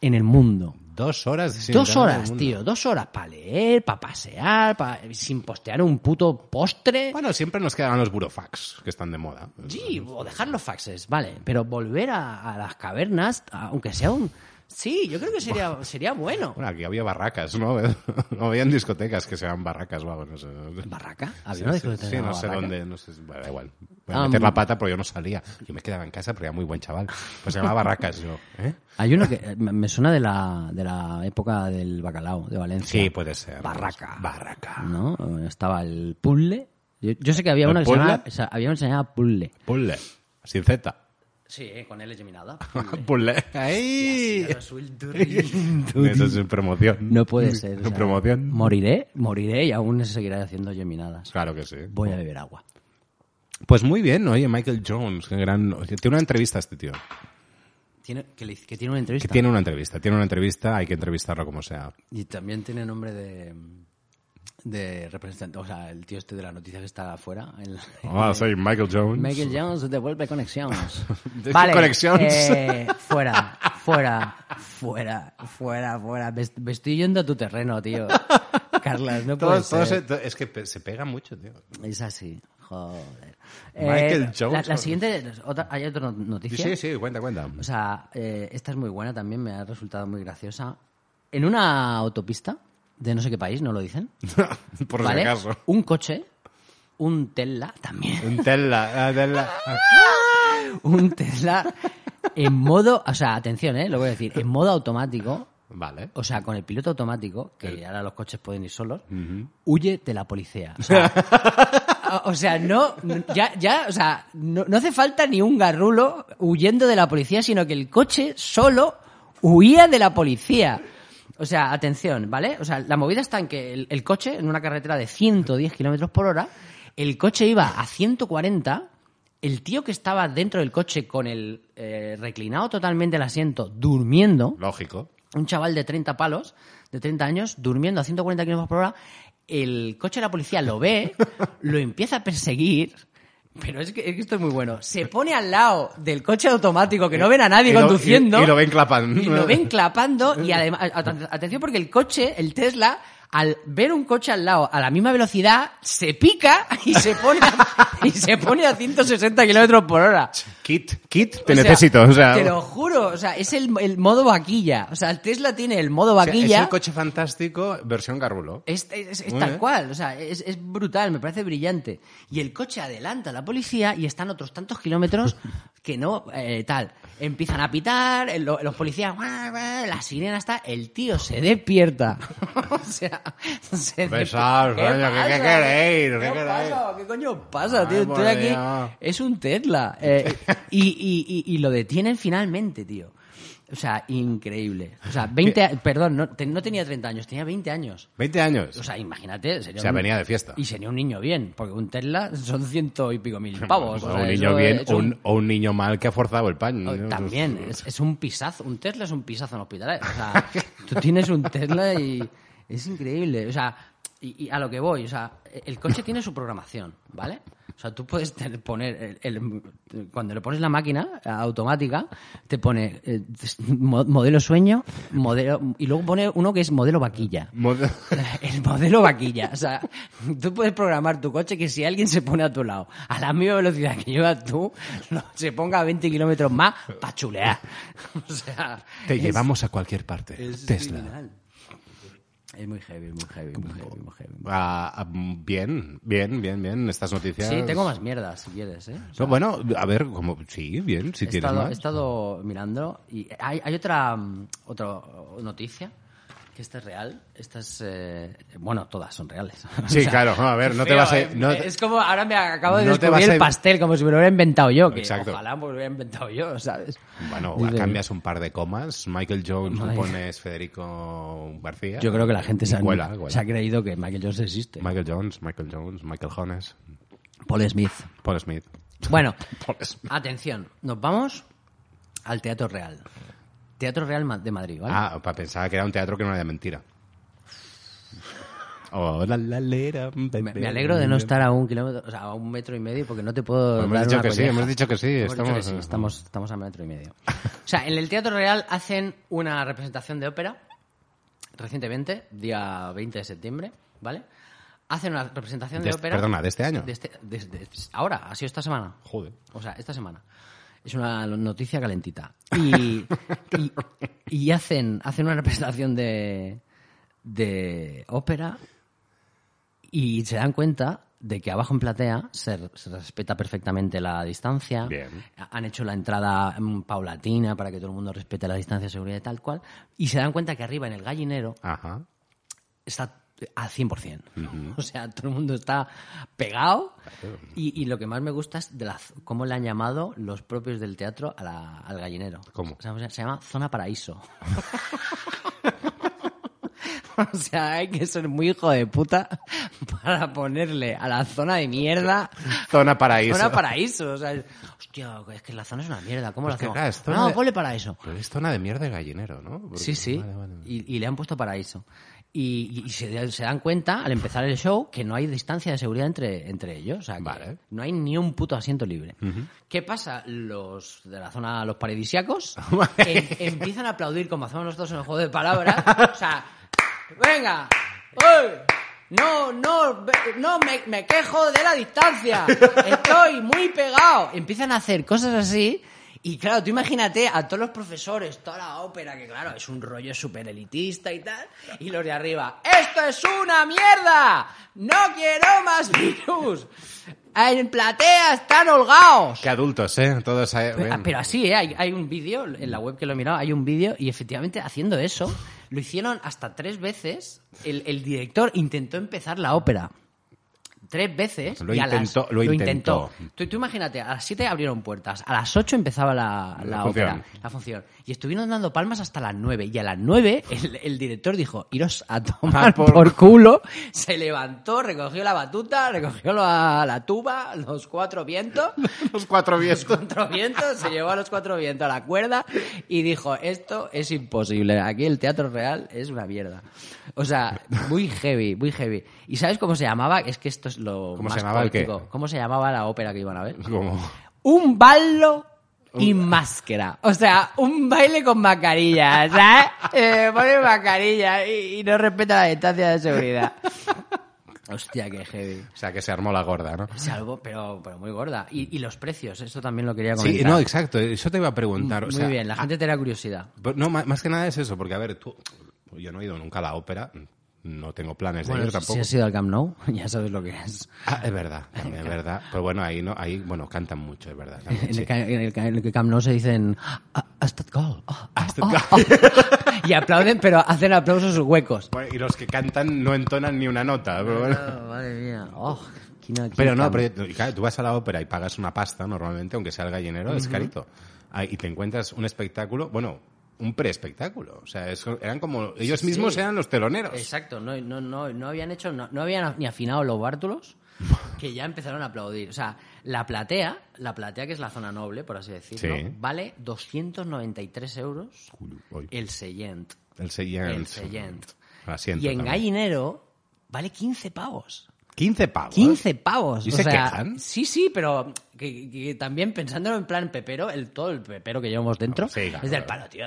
Speaker 2: en el mundo.
Speaker 1: Dos horas. sin internet
Speaker 2: dos
Speaker 1: en el
Speaker 2: horas,
Speaker 1: mundo.
Speaker 2: tío, dos horas para leer, para pasear, pa- sin postear un puto postre.
Speaker 1: Bueno, siempre nos quedan los burofax, que están de moda.
Speaker 2: Sí, o dejar los faxes, vale. Pero volver a, a las cavernas, a- aunque sea un... Sí, yo creo que sería, sería bueno.
Speaker 1: Bueno, aquí había barracas, ¿no? (laughs) No habían discotecas que se llaman barracas, vamos, no sé.
Speaker 2: ¿Barraca? Había
Speaker 1: Sí,
Speaker 2: una
Speaker 1: sí,
Speaker 2: discoteca
Speaker 1: sí,
Speaker 2: llamada
Speaker 1: no sé
Speaker 2: Barraca.
Speaker 1: dónde, no sé, bueno, da igual. Voy a
Speaker 2: Ah,
Speaker 1: meter la
Speaker 2: mm.
Speaker 1: pata porque yo no salía. Yo me quedaba en casa porque era muy buen chaval. Pues se llamaba Barracas, yo. ¿eh?
Speaker 2: Hay uno que eh, me me suena de la, de la época del bacalao de Valencia.
Speaker 1: Sí, puede ser.
Speaker 2: Barraca.
Speaker 1: Barraca.
Speaker 2: ¿No? Eh, Estaba el puzzle. Yo, yo sé que había
Speaker 1: ¿El
Speaker 2: una que se
Speaker 1: puzzle?
Speaker 2: llamaba, o sea, había una que se llamaba puzzle.
Speaker 1: Pulle. Sin Z. (laughs)
Speaker 2: Sí, con L geminada. (laughs)
Speaker 1: Pulle. ¡Ahí! Eso es
Speaker 2: no
Speaker 1: en promoción.
Speaker 2: puede ser.
Speaker 1: (laughs)
Speaker 2: o
Speaker 1: En
Speaker 2: sea,
Speaker 1: promoción.
Speaker 2: Moriré, moriré y aún se seguirá haciendo geminadas.
Speaker 1: Claro que sí.
Speaker 2: Voy a beber agua.
Speaker 1: Pues muy bien, oye, Michael Jones, qué gran... oye, Tiene una entrevista este tío.
Speaker 2: Tiene, que, le- que tiene una
Speaker 1: Que
Speaker 2: entrevista.
Speaker 1: tiene una entrevista, tiene una entrevista, hay que entrevistarlo como sea.
Speaker 2: Y también tiene nombre de de representante, o sea, el tío este de la noticia que está afuera. el-
Speaker 1: Hola, soy Michael Jones.
Speaker 2: Eh, (laughs) Michael Jones devuelve conexiones.
Speaker 1: (laughs) De- conexiones. (laughs)
Speaker 2: eh, fuera, fuera, fuera, fuera, fuera. Me, est- me estoy yendo a tu terreno,
Speaker 1: (laughs)
Speaker 2: tío. Carlas, no puede
Speaker 1: Todos- todos
Speaker 2: ser.
Speaker 1: se- to- es que pe- se pega mucho, tío.
Speaker 2: Es así, joder. Eh,
Speaker 1: Michael Jones,
Speaker 2: La, la
Speaker 1: joder.
Speaker 2: siguiente, otra- hay otra
Speaker 1: Sí,
Speaker 2: noticia.
Speaker 1: sí, cuenta, cuenta.
Speaker 2: (laughs) O sea, eh, esta es muy buena también, me ha resultado muy graciosa. En una autopista de no sé qué país, no lo dicen.
Speaker 1: (laughs) Por
Speaker 2: ¿vale?
Speaker 1: si acaso.
Speaker 2: Un coche, un Tesla también. (laughs)
Speaker 1: Un Tesla, ah, Tesla.
Speaker 2: Un Tesla en modo, o sea, atención, ¿eh? lo voy a decir, en modo automático,
Speaker 1: Vale.
Speaker 2: o sea, con el piloto automático, que ahora los coches pueden ir solos, huye de la policía. O sea, o- o sea, no, ya, ya, o sea, no, no hace falta ni un garrulo huyendo de la policía, sino que el coche solo huía de la policía. O sea, atención, ¿vale? O sea, la movida está en que el, el coche, en una carretera de 110 kilómetros por hora, el coche iba a 140, el tío que estaba dentro del coche con el eh, reclinado totalmente el asiento, durmiendo,
Speaker 1: Lógico.
Speaker 2: un chaval de 30 palos, de 30 años, durmiendo a 140 kilómetros por hora. El coche de la policía
Speaker 1: (laughs)
Speaker 2: lo ve, lo empieza a perseguir. Pero es que, es que esto es muy bueno. Se pone al lado del coche automático que no ven a nadie
Speaker 1: Y lo-
Speaker 2: conduciendo.
Speaker 1: y- y lo ven clapando.
Speaker 2: Y lo ven clapando.
Speaker 1: (laughs)
Speaker 2: Y además, at- atención porque el coche, el Tesla, al ver un coche al lado a la misma velocidad, se pica y se pone a, (laughs) y se pone a 160 kilómetros por hora.
Speaker 1: Kit, Kit, te
Speaker 2: O sea,
Speaker 1: necesito. O sea,
Speaker 2: Te lo juro, o sea, es el, el modo vaquilla. O sea, el Tesla tiene el
Speaker 1: o
Speaker 2: modo
Speaker 1: sea, es
Speaker 2: vaquilla.
Speaker 1: el coche fantástico versión garrulo.
Speaker 2: es, es- es
Speaker 1: Muy
Speaker 2: tal
Speaker 1: bien.
Speaker 2: cual, o sea, es, es brutal, me parece brillante. Y el coche adelanta a la policía y están otros tantos
Speaker 1: (laughs)
Speaker 2: kilómetros que no, eh, tal. Empiezan a pitar, el- lo- los policías, guau, guau, la sirena está, el tío se despierta. (laughs) o sea, se
Speaker 1: Besaos,
Speaker 2: despierta.
Speaker 1: coño, ¿qué- qué
Speaker 2: pasa?
Speaker 1: queréis?
Speaker 2: ¿Qué,
Speaker 1: ¿Qué queréis?
Speaker 2: pasa? ¿Qué coño pasa, tío?
Speaker 1: Ay,
Speaker 2: Estoy
Speaker 1: por
Speaker 2: aquí.
Speaker 1: Dios.
Speaker 2: Es
Speaker 1: (laughs)
Speaker 2: un Tesla. Eh, y, y- y- y lo detienen finalmente, tío. O sea, increíble. O sea, 20, a- perdón, no, te- no tenía 30 años, tenía 20 años.
Speaker 1: 20 años.
Speaker 2: O sea, imagínate. Sería
Speaker 1: O sea,
Speaker 2: un-
Speaker 1: venía de fiesta.
Speaker 2: Y sería un niño bien, porque un Tesla son ciento y
Speaker 1: (laughs)
Speaker 2: pico mil pavos. o
Speaker 1: O
Speaker 2: sea,
Speaker 1: un
Speaker 2: eso
Speaker 1: niño bien
Speaker 2: es
Speaker 1: o
Speaker 2: un-
Speaker 1: un, pues, o un niño mal que ha forzado el pan.
Speaker 2: o- También, es, es un pisazo. Un Tesla es un pisazo en hospitales. O sea,
Speaker 1: (laughs)
Speaker 2: tú tienes un Tesla y es increíble. O sea, y, y a lo que voy, o sea, el coche tiene su programación, ¿vale? O sea, tú puedes tener- poner, el- el- cuando le pones la máquina a- automática, te pone eh, mo- modelo sueño, modelo, y luego pone uno que es modelo vaquilla. (laughs)
Speaker 1: Mod-
Speaker 2: El modelo vaquilla. O sea, tú puedes programar tu coche que si alguien se pone a tu lado a la misma velocidad que llevas tú, no, se ponga a 20 kilómetros más para chulear. (laughs) O sea,
Speaker 1: Te
Speaker 2: es-
Speaker 1: llevamos a cualquier parte.
Speaker 2: es
Speaker 1: Tesla.
Speaker 2: criminal. Es muy heavy, muy heavy, muy heavy, muy heavy.
Speaker 1: Ah, ah, bien, bien, bien, bien. Estas noticias.
Speaker 2: Sí, tengo más mierdas, si quieres, ¿eh? O sea,
Speaker 1: No, bueno, a ver, como sí, bien, si
Speaker 2: he,
Speaker 1: tienes
Speaker 2: estado, he
Speaker 1: más.
Speaker 2: estado mirando y hay, hay otra, mm, otra noticia, que esta es real. Esta es... eh, bueno, todas son reales. (laughs)
Speaker 1: Sí,
Speaker 2: O sea,
Speaker 1: claro, a ver, no te
Speaker 2: Feo,
Speaker 1: vas a...
Speaker 2: eh.
Speaker 1: no te-
Speaker 2: es como ahora me acabo de
Speaker 1: no te vas
Speaker 2: descubrir
Speaker 1: a-
Speaker 2: el pastel como si me lo hubiera inventado yo. Que
Speaker 1: Exacto.
Speaker 2: Ojalá me lo hubiera inventado yo, ¿sabes?
Speaker 1: Bueno,
Speaker 2: Dice-
Speaker 1: cambias un par de comas. Michael Jones
Speaker 2: Madre.
Speaker 1: pones Federico García.
Speaker 2: Yo creo que la gente se ha,
Speaker 1: Cuela, cuela.
Speaker 2: se ha creído que Michael Jones existe.
Speaker 1: Michael Jones, Michael Jones, Michael Jones,
Speaker 2: Paul Smith.
Speaker 1: Paul Smith.
Speaker 2: Bueno,
Speaker 1: Paul Smith.
Speaker 2: atención, nos vamos al Teatro Real. Teatro Real Ma- de Madrid, ¿vale?
Speaker 1: Ah, para pensar que era un teatro que no era de mentira. Oh, la, la, lera,
Speaker 2: Me, me alegro de no estar a un kilómetro, o sea, a un metro y medio, porque no te puedo
Speaker 1: Hemos
Speaker 2: dar
Speaker 1: Pues dicho
Speaker 2: una
Speaker 1: que sí,
Speaker 2: colleja.
Speaker 1: hemos dicho que sí,
Speaker 2: Hemos dicho
Speaker 1: estamos- eh,
Speaker 2: sí, estamos, estamos a metro y medio. O sea, en el Teatro Real hacen una representación de ópera recientemente, día 20 de septiembre, ¿vale? Hacen una representación
Speaker 1: De
Speaker 2: de
Speaker 1: este-
Speaker 2: ópera.
Speaker 1: perdona, ¿de este año?
Speaker 2: de este- de- de- ahora, ha sido esta semana.
Speaker 1: Joder.
Speaker 2: O sea, esta semana. Es una noticia calentita. Y, y, y hacen, hacen una representación de, de ópera y se dan cuenta de que abajo en platea se, se respeta perfectamente la distancia.
Speaker 1: Bien.
Speaker 2: Ha- Han hecho la entrada mm, paulatina para que todo el mundo respete la distancia de seguridad y tal cual. Y se dan cuenta que arriba en el gallinero
Speaker 1: Ajá.
Speaker 2: está a 100%. (laughs) O sea, todo el mundo está pegado. Y, y lo que más me gusta es de la, z- cómo le han llamado los propios del teatro a la- al gallinero.
Speaker 1: ¿Cómo?
Speaker 2: O sea, se- se llama Zona Paraíso. (laughs) O sea, hay que ser muy hijo de puta para ponerle a la zona de mierda
Speaker 1: Zona paraíso.
Speaker 2: zona paraíso. O sea, es- hostia, es que la zona es una mierda. ¿Cómo lo
Speaker 1: Pues que
Speaker 2: hacemos?
Speaker 1: claro, es zona
Speaker 2: no,
Speaker 1: de-
Speaker 2: ponle paraíso.
Speaker 1: Pero es zona de mierda de gallinero, ¿no? Porque-
Speaker 2: Sí, sí.
Speaker 1: Vale, vale.
Speaker 2: Y, y le han puesto paraíso. Y, y- y se, se dan cuenta al empezar el show que no hay distancia de seguridad entre, entre ellos. O sea, que
Speaker 1: Vale.
Speaker 2: no hay ni un puto asiento libre. ¿Qué pasa? Los de la zona,
Speaker 1: (laughs)
Speaker 2: los paradisiacos, em- empiezan a aplaudir como hacemos nosotros en el juego de palabras. O sea, venga, ¡Uy! No, no, ve- no, me, me quejo de la distancia. Estoy muy pegado. Empiezan a hacer cosas así. Y claro, tú imagínate a todos los profesores, toda la ópera, que claro, es un rollo súper elitista y tal. Y los de arriba, ¡esto es una mierda! ¡No quiero más virus! En platea están holgados.
Speaker 1: Qué adultos, ¿eh? Todos... ahí-
Speaker 2: Pero,
Speaker 1: bien.
Speaker 2: ah, pero así, ¿eh? Hay, hay un vídeo, en la web que lo he mirado, hay un vídeo y efectivamente haciendo eso, lo hicieron hasta tres veces. El, el director intentó empezar la ópera. Tres veces.
Speaker 1: Lo
Speaker 2: y a las-
Speaker 1: intentó, lo intentó.
Speaker 2: Tú, tú imagínate, a las siete abrieron puertas, a las ocho empezaba la, la
Speaker 1: La función.
Speaker 2: ópera, la función. Y estuvieron dando palmas hasta las nueve. Y a las nueve el, el director dijo, iros a tomar
Speaker 1: Ah, por-
Speaker 2: por... culo. Se levantó, recogió la batuta, recogió la, la tuba, los
Speaker 1: (laughs)
Speaker 2: cuatro vientos
Speaker 1: Los cuatro viestos.
Speaker 2: cuatro (laughs) vientos, se llevó a los cuatro vientos a la cuerda y dijo, esto es imposible, aquí el teatro real es una mierda. O sea, muy heavy, muy heavy. ¿Y sabes cómo se llamaba? Es que esto es lo
Speaker 1: ¿Cómo
Speaker 2: más
Speaker 1: se llamaba el qué?
Speaker 2: poético. ¿Cómo se llamaba la ópera que
Speaker 1: (laughs)
Speaker 2: iban a ver?
Speaker 1: Como...
Speaker 2: Un ballo y máscara. O sea, un baile con mascarilla, ¿sabes? Eh, pone mascarilla y, y no respeta la distancia
Speaker 1: (laughs)
Speaker 2: de seguridad. Hostia, qué heavy.
Speaker 1: O sea, que se armó la gorda, ¿no?
Speaker 2: Salvo, pero, pero muy gorda. Y, y los precios, eso también lo quería comentar. Mm,
Speaker 1: Sí, no, exacto. Eso te iba a preguntar. o
Speaker 2: Muy
Speaker 1: sea, ah.
Speaker 2: bien, la gente tenía curiosidad.
Speaker 1: Pero No, ma- más que nada es eso, porque a ver, tú, yo no he ido nunca a la ópera, no tengo planes de ir
Speaker 2: si
Speaker 1: Pues tampoco.
Speaker 2: has sido al Camp Nou, (laughs) ya sabes lo que es.
Speaker 1: Ah, es verdad, también es verdad. Pero bueno, ahí no, ahí bueno, cantan mucho, es verdad. también,
Speaker 2: (laughs) En,
Speaker 1: sí.
Speaker 2: el, ca- en el ca- en el Camp Nou se dicen "Ah, hasta el gol, ah, ah,
Speaker 1: (laughs)
Speaker 2: (laughs) ah, ah". y aplauden, pero hacen aplausos huecos.
Speaker 1: Bueno, pues, Y los que cantan no entonan ni una nota, pero bueno.
Speaker 2: Oh, madre mía. Oh, qué- qué-
Speaker 1: Pero no,
Speaker 2: qué-
Speaker 1: pero y claro, tú vas a la ópera y pagas una pasta normalmente, aunque sea el gallinero, es carito. Ah, y te encuentras un espectáculo, bueno, un preespectáculo. O sea, es- eran como, ellos
Speaker 2: Sí,
Speaker 1: mismos
Speaker 2: sí.
Speaker 1: eran los teloneros.
Speaker 2: Exacto, no, no, no, no habían hecho, no, no habían ni afinado
Speaker 1: (laughs)
Speaker 2: los bártulos que ya empezaron a aplaudir. O sea, la platea, la platea que es la zona noble, por así decirlo,
Speaker 1: Sí.
Speaker 2: vale 293 euros
Speaker 1: Uy,
Speaker 2: el Seyent.
Speaker 1: El siguiente.
Speaker 2: El Seyent.
Speaker 1: Asiento
Speaker 2: Y en
Speaker 1: también.
Speaker 2: gallinero vale 15 pavos.
Speaker 1: 15 pavos.
Speaker 2: 15 pavos.
Speaker 1: ¿Y
Speaker 2: o
Speaker 1: se
Speaker 2: sea,
Speaker 1: quejan?
Speaker 2: Sí, sí, pero que, que también pensándolo en plan pepero, el todo el pepero que llevamos dentro,
Speaker 1: Sí, claro,
Speaker 2: es del
Speaker 1: claro.
Speaker 2: palo, tío,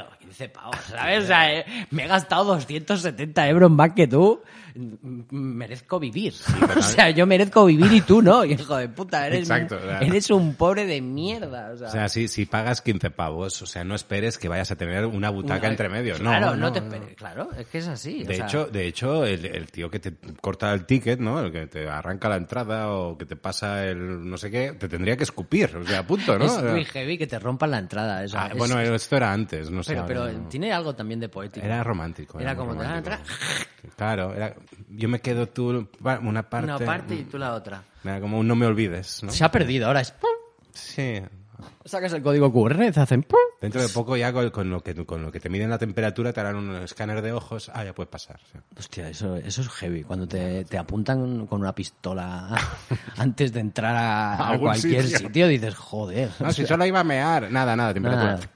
Speaker 1: (laughs)
Speaker 2: 15 pavos, ¿sabes? O sea, eh, me he gastado 270 euros más que tú, m- merezco vivir. (laughs) o sea, yo merezco vivir y tú no, (laughs) hijo de puta, eres,
Speaker 1: Exacto, o sea.
Speaker 2: eres un pobre de mierda. O sea,
Speaker 1: O sea, si, si pagas 15 pavos, o sea, no esperes que vayas a tener una butaca
Speaker 2: una-
Speaker 1: entre medio. No,
Speaker 2: Claro, no,
Speaker 1: no,
Speaker 2: te
Speaker 1: no.
Speaker 2: esperes, claro, es que es así. o
Speaker 1: De
Speaker 2: sea,
Speaker 1: hecho, de hecho el, el tío que te corta el ticket, ¿no? El que te arranca la entrada o que te pasa el no sé qué, te tendría que escupir, o sea, punto, ¿no?
Speaker 2: es
Speaker 1: O sea,
Speaker 2: muy heavy que te rompan la entrada. o sea,
Speaker 1: ah,
Speaker 2: es-
Speaker 1: bueno, esto era antes, no sé.
Speaker 2: pero,
Speaker 1: ahora
Speaker 2: pero
Speaker 1: no.
Speaker 2: tiene algo también de poético.
Speaker 1: Era romántico.
Speaker 2: Era
Speaker 1: muy
Speaker 2: como te dan
Speaker 1: romántico. Claro, era, yo me quedo tú pa- una parte.
Speaker 2: Una parte y tú la otra.
Speaker 1: Era como un no me olvides, ¿no?
Speaker 2: Se ha perdido, ahora es... ¡pum!
Speaker 1: Sí.
Speaker 2: Sacas el código QR, te hacen... ¡pum!
Speaker 1: Dentro de poco ya con, con lo que, con lo que te miden la temperatura te harán un escáner de ojos. Ah, ya puedes pasar. sí.
Speaker 2: Hostia, eso, eso es heavy. Cuando te, te apuntan con una (laughs) pistola antes de entrar a, a
Speaker 1: algún
Speaker 2: cualquier
Speaker 1: sitio.
Speaker 2: sitio. dices, joder.
Speaker 1: No, si solo iba a mear. Nada, nada, temperatura.
Speaker 2: Nada.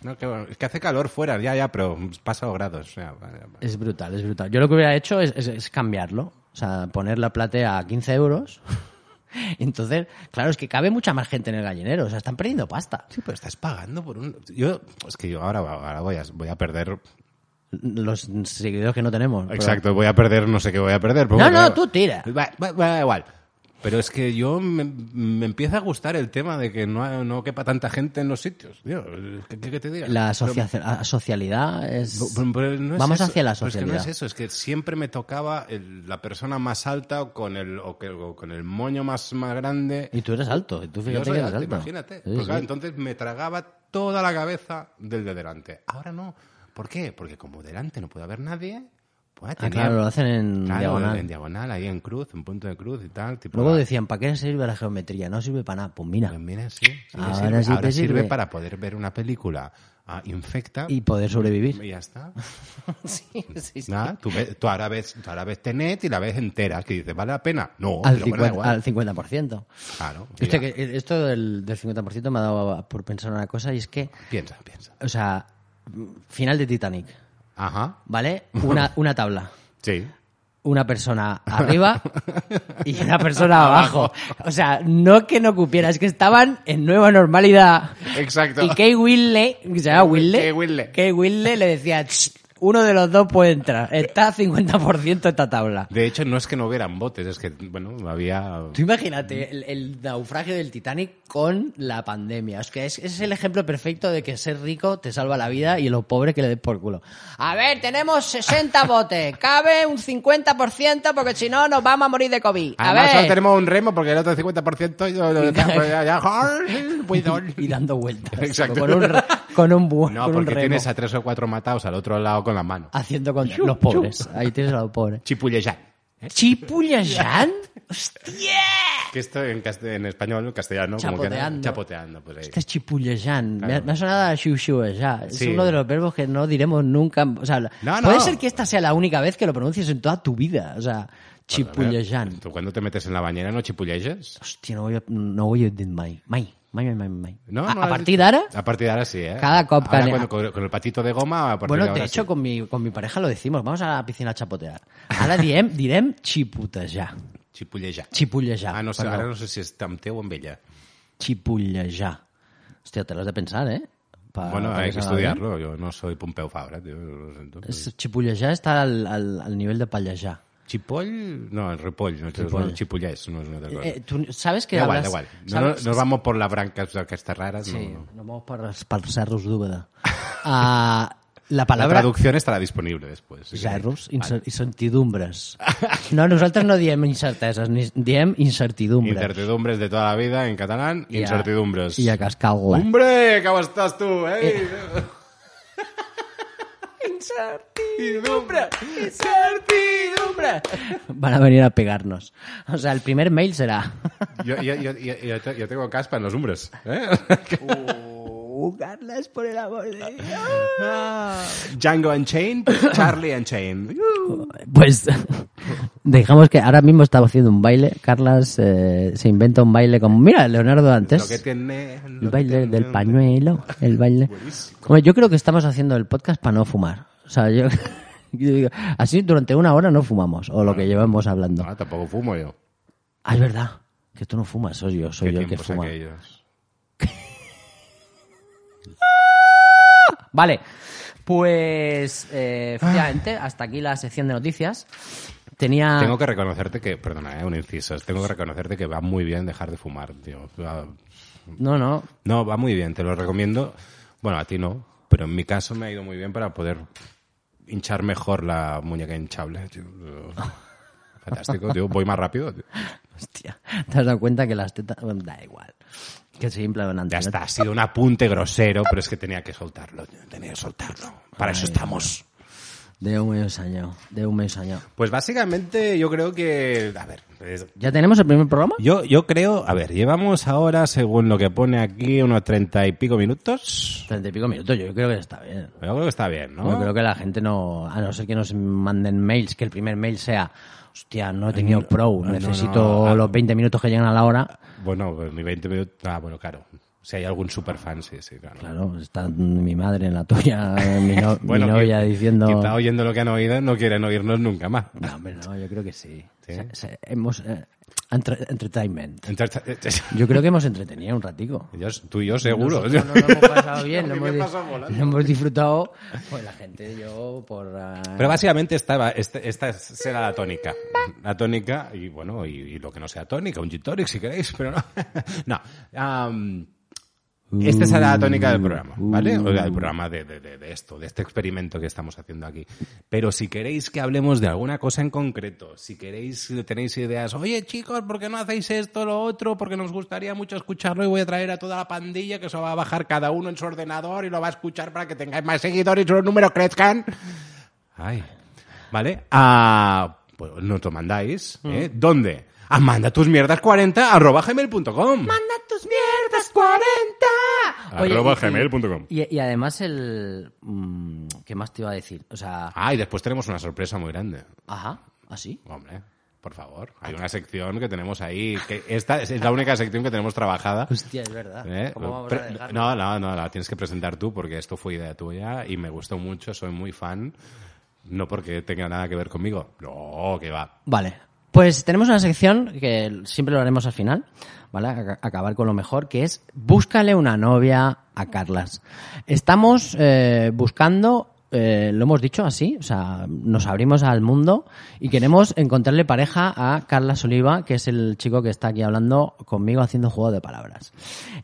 Speaker 1: No, que bueno, es que hace calor fuera, ya, ya, pero pasa dos grados. o sea, vale, vale.
Speaker 2: Es brutal, es brutal. Yo lo que hubiera hecho es, es- es cambiarlo. O sea, poner la platea a 15 euros. (laughs) Entonces, claro, es que cabe mucha más gente en el gallinero. O sea, están perdiendo pasta.
Speaker 1: Sí, pero estás pagando por un... Yo, es que yo ahora, ahora voy, a, voy a perder...
Speaker 2: Los seguidores que no tenemos. pero-
Speaker 1: Exacto, voy a perder, no sé qué voy a perder. pero
Speaker 2: No,
Speaker 1: bueno,
Speaker 2: no,
Speaker 1: da-
Speaker 2: tú tira.
Speaker 1: Va, va- va igual. Pero es que yo me, me empieza a gustar el tema de que no, no quepa tanta gente en los sitios. tío. ¿Qué, qué- qué te diga?
Speaker 2: La asocia- a- socialidad es...
Speaker 1: Pero- pero- pero no es
Speaker 2: Vamos
Speaker 1: eso.
Speaker 2: hacia la
Speaker 1: Pero
Speaker 2: socialidad.
Speaker 1: es que no es eso, es que siempre me tocaba el- la persona más alta o con el, o que- o con el moño más, más grande.
Speaker 2: Y tú eres alto. y Tú
Speaker 1: Yo
Speaker 2: fíjate
Speaker 1: soy
Speaker 2: que eres
Speaker 1: alto,
Speaker 2: alto.
Speaker 1: imagínate.
Speaker 2: Sí,
Speaker 1: Pues
Speaker 2: sí.
Speaker 1: claro, entonces me tragaba toda la cabeza del de delante. Ahora no. ¿Por qué? Porque como delante no puede haber nadie, pues
Speaker 2: Ah,
Speaker 1: tenía-
Speaker 2: claro, lo hacen en
Speaker 1: Claro,
Speaker 2: diagonal.
Speaker 1: en diagonal, ahí en cruz, en punto de cruz y tal. Tipo,
Speaker 2: Luego
Speaker 1: ah,
Speaker 2: decían, ¿para qué sirve la geometría? No sirve para nada. Pues mira,
Speaker 1: pues mira, sí, sí le
Speaker 2: Ahora
Speaker 1: sirve.
Speaker 2: sí te
Speaker 1: Ahora sirve
Speaker 2: sirve.
Speaker 1: para poder ver una película ah, infecta
Speaker 2: y poder sobrevivir.
Speaker 1: (laughs) y ya está.
Speaker 2: Sí, sí, sí.
Speaker 1: Nada, tú, ves- tú ahora ves, tú ahora ves Tenet y la ves entera, que dices, ¿vale la pena? No,
Speaker 2: Al,
Speaker 1: pero bueno, da
Speaker 2: 50,
Speaker 1: igual.
Speaker 2: al 50%.
Speaker 1: Claro, y
Speaker 2: Hostia,
Speaker 1: ya.
Speaker 2: que esto del, del 50% me ha dado a- por pensar una cosa y es que,
Speaker 1: piensa, piensa.
Speaker 2: o sea, final de Titanic,
Speaker 1: Ajá, (laughs)
Speaker 2: ¿vale? Una, una tabla.
Speaker 1: sí. (laughs)
Speaker 2: Una persona arriba y una persona abajo. O sea, no que no cupiera, es que estaban en nueva normalidad.
Speaker 1: Exacto.
Speaker 2: Y Kay Winley, que se llama Winley,
Speaker 1: Kay Whitley.
Speaker 2: Kay Whitley le decía, "Shh, uno de los dos puede entrar, está 50% esta tabla.
Speaker 1: De hecho, no es que no hubieran botes, es que, bueno, había...
Speaker 2: Tú imagínate el, el naufragio del Titanic con la pandemia. Es que es, es el ejemplo perfecto de que ser rico te salva la vida y lo pobre que le des por culo. A ver, tenemos 60 botes, cabe un 50% porque si no nos vamos a morir de COVID. A
Speaker 1: Además, solo
Speaker 2: ver.
Speaker 1: tenemos un remo porque el otro 50% y lo- lo dejamos ya, ya, ¡ay, cuidón!
Speaker 2: (laughs) Y dando vueltas.
Speaker 1: Exacto.
Speaker 2: Con un, re- con un bu-
Speaker 1: No,
Speaker 2: con un
Speaker 1: porque
Speaker 2: remo.
Speaker 1: tienes a tres o cuatro matados al otro lado con la mano.
Speaker 2: Haciendo con los pobres. Ahí tienes a los pobres.
Speaker 1: Chipullejan.
Speaker 2: ¿Chipullayán? ¡Hostia!
Speaker 1: Que esto en, cast- en español, en castellano, como que era-
Speaker 2: Chapoteando.
Speaker 1: chapoteando. Pues ahí.
Speaker 2: Este es chipullayán. Me, ha-
Speaker 1: Claro.
Speaker 2: me ha sonado a xiu xiu ya. Es
Speaker 1: Sí.
Speaker 2: uno de los verbos que no diremos nunca. O sea,
Speaker 1: no.
Speaker 2: puede ser que esta sea la única vez que lo pronuncies en toda tu vida. O sea, chipullayán.
Speaker 1: ¿Tú cuando te metes en la bañera no chipullejas?
Speaker 2: Hostia, no voy a, no voy a decir mai. Mai, mai, mai, mai, mai.
Speaker 1: No,
Speaker 2: a,
Speaker 1: no
Speaker 2: a
Speaker 1: has dicho-
Speaker 2: partir de ahora...
Speaker 1: A partir de ahora sí, ¿eh?
Speaker 2: Cada cop
Speaker 1: Ahora
Speaker 2: gane-
Speaker 1: cuando- con, con el patito de goma, a partir
Speaker 2: Bueno,
Speaker 1: de,
Speaker 2: de
Speaker 1: ahora
Speaker 2: hecho,
Speaker 1: sí.
Speaker 2: con, mi, con mi pareja lo decimos. Vamos a la piscina a chapotear. Ahora direm, direm chiputayá.
Speaker 1: Chipulleja.
Speaker 2: Chipullayá.
Speaker 1: Ah, no sé,
Speaker 2: perdón.
Speaker 1: ahora no sé si es tanteo o en bella.
Speaker 2: Chipullayá. Hostia, te lo has de pensar, ¿eh? Pa-
Speaker 1: bueno,
Speaker 2: para
Speaker 1: hay que
Speaker 2: salga bien.
Speaker 1: estudiarlo. Yo no soy Pompeu Fabra, tío. lo siento.
Speaker 2: eh? Es- Chipullayá está al, al, al nivel de pallallá.
Speaker 1: Chipoll, no, el ripoll, no,
Speaker 2: Ripoll.
Speaker 1: no, chipullés, no es otra cosa.
Speaker 2: Eh, ¿Tú sabes que
Speaker 1: da igual,
Speaker 2: hablas-
Speaker 1: da igual. No,
Speaker 2: sabes-
Speaker 1: no, nos vamos por las brancas estas raras.
Speaker 2: Sí,
Speaker 1: no, no.
Speaker 2: nos vamos para, los- para los cerros de
Speaker 1: (laughs)
Speaker 2: Úbeda. Ah, la
Speaker 1: La
Speaker 2: palabra
Speaker 1: traducción estará disponible después. sí que-
Speaker 2: cerros, incer- incertidumbres. No, nosaltres no diem incerteses, ni diem incertidumbres.
Speaker 1: Incertidumbres de toda la vida en catalán,
Speaker 2: I a-
Speaker 1: incertidumbres.
Speaker 2: I a eh? cascar-la.
Speaker 1: ¡Hombre! ¿Cómo estás tú? eh?
Speaker 4: Incertidumbre, incertidumbre.
Speaker 2: Van a venir a pegarnos. O sea, el primer mail será...
Speaker 1: Yo, yo- yo- yo- yo te- yo tengo caspa en los hombres. ¿eh?
Speaker 4: Uh, Carlas, por el amor de Dios.
Speaker 1: (laughs)
Speaker 2: Ah.
Speaker 1: Django Unchained, Charlie Unchained.
Speaker 2: Pues (laughs) dejamos que ahora mismo estaba haciendo un baile. Carlas eh, se inventa un baile como... Mira, Leonardo antes.
Speaker 1: Lo que tiene... lo
Speaker 2: El
Speaker 1: que
Speaker 2: baile
Speaker 1: tiene-
Speaker 2: del pañuelo, el baile. Hombre, yo creo que estamos haciendo el podcast para no fumar. O sea, yo, (laughs) yo digo,
Speaker 1: Ah.
Speaker 2: así durante una hora no fumamos, o lo que llevamos hablando.
Speaker 1: No, tampoco fumo yo.
Speaker 2: Ah, es verdad.
Speaker 5: Que tú no fumas, soy yo, soy
Speaker 1: Qué
Speaker 5: yo el que
Speaker 1: tiempos
Speaker 5: fuma.
Speaker 1: aquellos.
Speaker 2: Vale, pues eh, efectivamente, hasta aquí la sección de noticias.
Speaker 5: Ah.
Speaker 2: Tenía...
Speaker 1: Tengo que reconocerte que, perdona, eh, un inciso, tengo que reconocerte que va muy bien dejar de fumar, tío. Va-
Speaker 2: No, no,
Speaker 1: No, va muy bien, te lo recomiendo. Bueno, a ti no, pero en mi caso me ha ido muy bien para poder hinchar mejor la muñeca hinchable.
Speaker 5: (laughs)
Speaker 1: tío. Fantástico, tío, voy más rápido. tío.
Speaker 2: hostia. ¿Te has dado cuenta que las tetas... bueno, da igual. Que se implan antes.
Speaker 1: Ya
Speaker 2: ¿no?
Speaker 1: está, ha sido un apunte grosero, pero es que tenía que soltarlo, tío, tenía que soltarlo. Para eso estamos.
Speaker 2: De un medio año, de un medio año.
Speaker 1: Pues básicamente yo creo que, a ver, es-
Speaker 2: ¿Ya tenemos el primer programa?
Speaker 1: yo, yo creo, a ver, llevamos ahora, según lo que pone aquí, unos treinta y pico minutos.
Speaker 2: Treinta y pico minutos, yo creo que está bien.
Speaker 1: Yo creo que está bien, ¿no?
Speaker 2: Yo creo que la gente no, a no ser que nos manden mails, que el primer mail sea, hostia, no he tenido pro,
Speaker 1: no,
Speaker 2: necesito
Speaker 1: no, ah.
Speaker 2: los 20 minutos que llegan a la hora.
Speaker 1: Bueno, pues, mi 20 minutos. Ah, bueno, claro. Si hay algún superfan, sí, sí, claro.
Speaker 2: Claro, está mi madre en la tuya,
Speaker 1: (laughs)
Speaker 2: mi, no- mi
Speaker 1: Bueno,
Speaker 2: novia
Speaker 1: que-
Speaker 2: diciendo...
Speaker 1: Que está oyendo lo que han oído, no quieren oírnos nunca más.
Speaker 2: No, hombre, no, yo creo que sí.
Speaker 1: ¿Sí?
Speaker 2: Se- se- hemos... eh, entre- entertainment.
Speaker 1: Entonces, (laughs)
Speaker 2: Yo creo que hemos entretenido un ratico.
Speaker 1: ellos- tú y yo seguro.
Speaker 2: Nosotros nos lo hemos pasado bien,
Speaker 1: A
Speaker 2: lo
Speaker 1: mí me
Speaker 2: hemos, di-
Speaker 1: pasa volando.
Speaker 2: lo hemos disfrutado. Pues la gente, yo, por... ah,
Speaker 1: Pero básicamente esta, esta, esta será la tónica. La tónica y bueno, y, y lo que no sea tónica, un gin tonic si queréis, pero no. (laughs) no. am, esta será la tónica del programa, ¿vale? O sea, el programa de, de- de- de esto, de este experimento que estamos haciendo aquí. Pero si queréis que hablemos de alguna cosa en concreto, si queréis, si tenéis ideas, oye chicos, ¿por qué no hacéis esto, lo otro? Porque nos gustaría mucho escucharlo y voy a traer a toda la pandilla que se va a bajar cada uno en su ordenador y lo va a escuchar para que tengáis más seguidores y los números crezcan. Ay. ¿Vale? Ah, pues nos lo mandáis.
Speaker 2: Mm.
Speaker 1: ¿eh? ¿Dónde? A manda tus mierdas 40 arroba gmail.com.
Speaker 4: Manda tus mierdas 40.
Speaker 2: Oye,
Speaker 1: Arroba
Speaker 2: y-
Speaker 1: gmail.com.
Speaker 2: Y, y además el... mm, ¿Qué más te iba a decir? O sea...
Speaker 1: Ah, y después tenemos una sorpresa muy grande.
Speaker 2: Ajá, ¿ah, así.
Speaker 1: Hombre, por favor. Hay una sección que tenemos ahí. Que esta es la única sección que tenemos trabajada.
Speaker 2: (laughs) Hostia, es verdad.
Speaker 1: ¿eh?
Speaker 2: ¿Cómo vamos
Speaker 1: Pre-
Speaker 2: a dejarlo?
Speaker 1: no, no, no, la tienes que presentar tú porque esto fue idea tuya y me gustó mucho, soy muy fan. No porque tenga nada que ver conmigo. No, que va.
Speaker 2: Vale. Pues tenemos una sección que siempre lo haremos al final, ¿vale? Ac- Acabar con lo mejor, que es búscale una novia a Carlas. Estamos eh, buscando, eh, lo hemos dicho así, o sea, nos abrimos al mundo y queremos encontrarle pareja a Carlas Oliva, que es el chico que está aquí hablando conmigo haciendo juego de palabras.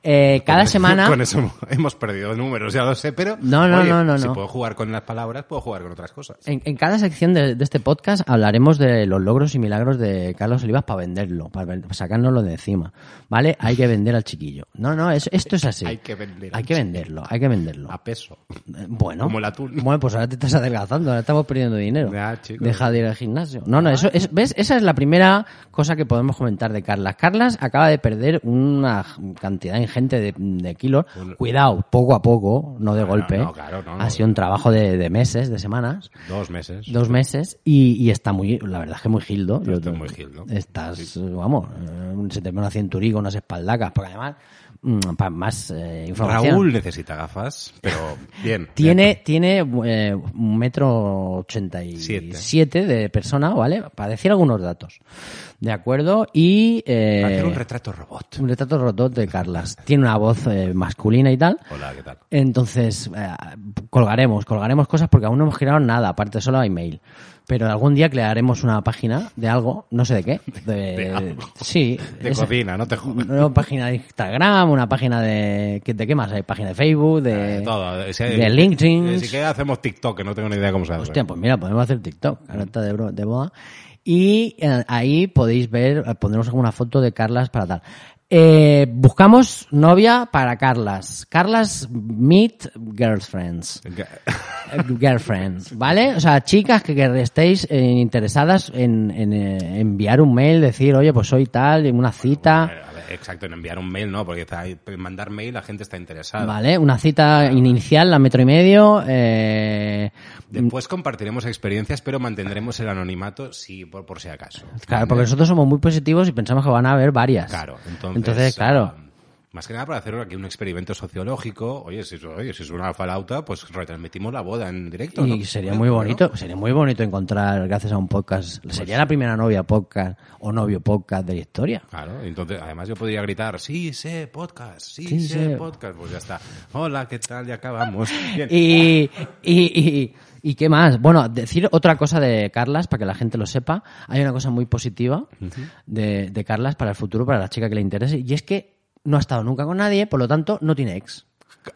Speaker 2: Eh, cada semana...
Speaker 1: Con eso hemos perdido números, ya lo sé, pero.
Speaker 2: No, no,
Speaker 1: oye,
Speaker 2: no, no,
Speaker 1: Si
Speaker 2: no.
Speaker 1: puedo jugar con las palabras, puedo jugar con otras cosas.
Speaker 2: En, en cada sección de, de este podcast hablaremos de los logros y milagros de Carlos Olivas para venderlo, para, ven- para sacárnoslo de encima. ¿Vale? Hay que vender al chiquillo. No, no, es- esto es así.
Speaker 1: Hay que vender
Speaker 2: Hay
Speaker 1: al
Speaker 2: que venderlo, hay que venderlo.
Speaker 1: A peso.
Speaker 2: Eh, Bueno.
Speaker 1: como el atún.
Speaker 2: Bueno, pues ahora te estás adelgazando, ahora estamos perdiendo dinero.
Speaker 1: Ya, chicos. Ah.
Speaker 2: Deja de ir al gimnasio. No, no, eso es, ¿ves? Esa es la primera cosa que podemos comentar de Carlas. Carlas acaba de perder una cantidad ingente de, de kilos. Cuidado, poco a poco, no de golpe.
Speaker 1: no, claro, no,
Speaker 2: ha
Speaker 1: no.
Speaker 2: sido un trabajo de, de meses, de semanas
Speaker 1: Dos meses.
Speaker 2: dos meses y, y está muy, la verdad es que muy gildo. Yo-
Speaker 1: Está muy gildo.
Speaker 2: Estás, vamos, eh, se te pone una cinturilla con unas espaldacas, porque además, mm, para más eh, información.
Speaker 1: Raúl necesita gafas, pero bien.
Speaker 2: Tiene, tiene eh, un metro ochenta y
Speaker 1: Siete.
Speaker 2: siete de persona, ¿vale? Para decir algunos datos. ¿De acuerdo? Y... eh,
Speaker 1: Va a hacer Ah, un retrato robot.
Speaker 2: un retrato roto de Carlas. Tiene una voz eh, masculina y tal.
Speaker 1: Hola, ¿qué tal?
Speaker 2: Entonces, eh, colgaremos, colgaremos cosas porque aún no hemos creado nada, aparte solo hay mail. Pero algún día crearemos una página de algo, no sé
Speaker 1: (laughs)
Speaker 2: de qué. De,
Speaker 1: algo.
Speaker 2: Sí.
Speaker 1: De
Speaker 2: esa-
Speaker 1: cocina, no te jodas.
Speaker 2: Una página de Instagram, una página de... ¿qué- ¿De qué más? Hay página de Facebook, de...
Speaker 1: Ah, De todo. eh, Si-
Speaker 2: eh,
Speaker 1: eh,
Speaker 2: de LinkedIn.
Speaker 1: Si que hacemos TikTok, que no tengo ni idea cómo se hace.
Speaker 2: Hostia, pues mira, podemos hacer TikTok, ahora está de, bro- de moda. Y eh, ahí podéis ver, eh, pondremos alguna foto de Carlas para tal. Eh, buscamos novia para Carlas. Carlas meet girlfriends. Eh, Girlfriends, ¿vale? O sea, chicas que, que estéis eh, interesadas en, en, eh, enviar un mail, decir, oye, pues soy tal, en una
Speaker 1: (laughs)
Speaker 2: cita.
Speaker 1: A ver, Exacto, en enviar un mail, ¿no? Porque está ahí, en mandar mail la gente está interesada.
Speaker 2: Vale, una cita inicial, la metro y medio. Eh,
Speaker 1: Después compartiremos experiencias, pero mantendremos el anonimato si, por, por si acaso.
Speaker 2: Claro, ah, porque nosotros somos muy positivos y pensamos que van a haber varias.
Speaker 1: Claro, entonces,
Speaker 2: claro.
Speaker 1: um, Más que nada para hacer aquí un experimento sociológico. Oye, si, es- oye, si es una falauta, pues retransmitimos la boda en directo.
Speaker 2: Y
Speaker 1: ¿no?
Speaker 2: sería
Speaker 1: Bueno,
Speaker 2: muy
Speaker 1: claro.
Speaker 2: bonito, sería muy bonito encontrar, gracias a un podcast, sería la primera novia podcast o novio podcast de la historia.
Speaker 1: Claro, entonces además yo podría gritar, sí, sé, podcast, sí,
Speaker 2: Sí,
Speaker 1: sé,
Speaker 2: sé".
Speaker 1: podcast, pues ya está. Hola, ¿qué tal? Ya acabamos. (laughs) Bien.
Speaker 2: Y, y, y, y qué más. Bueno, decir otra cosa de Carlas, para que la gente lo sepa. Hay una cosa muy positiva de, de Carlas para el futuro, para la chica que le interese, y es que no ha estado nunca con nadie, por lo tanto, no tiene ex.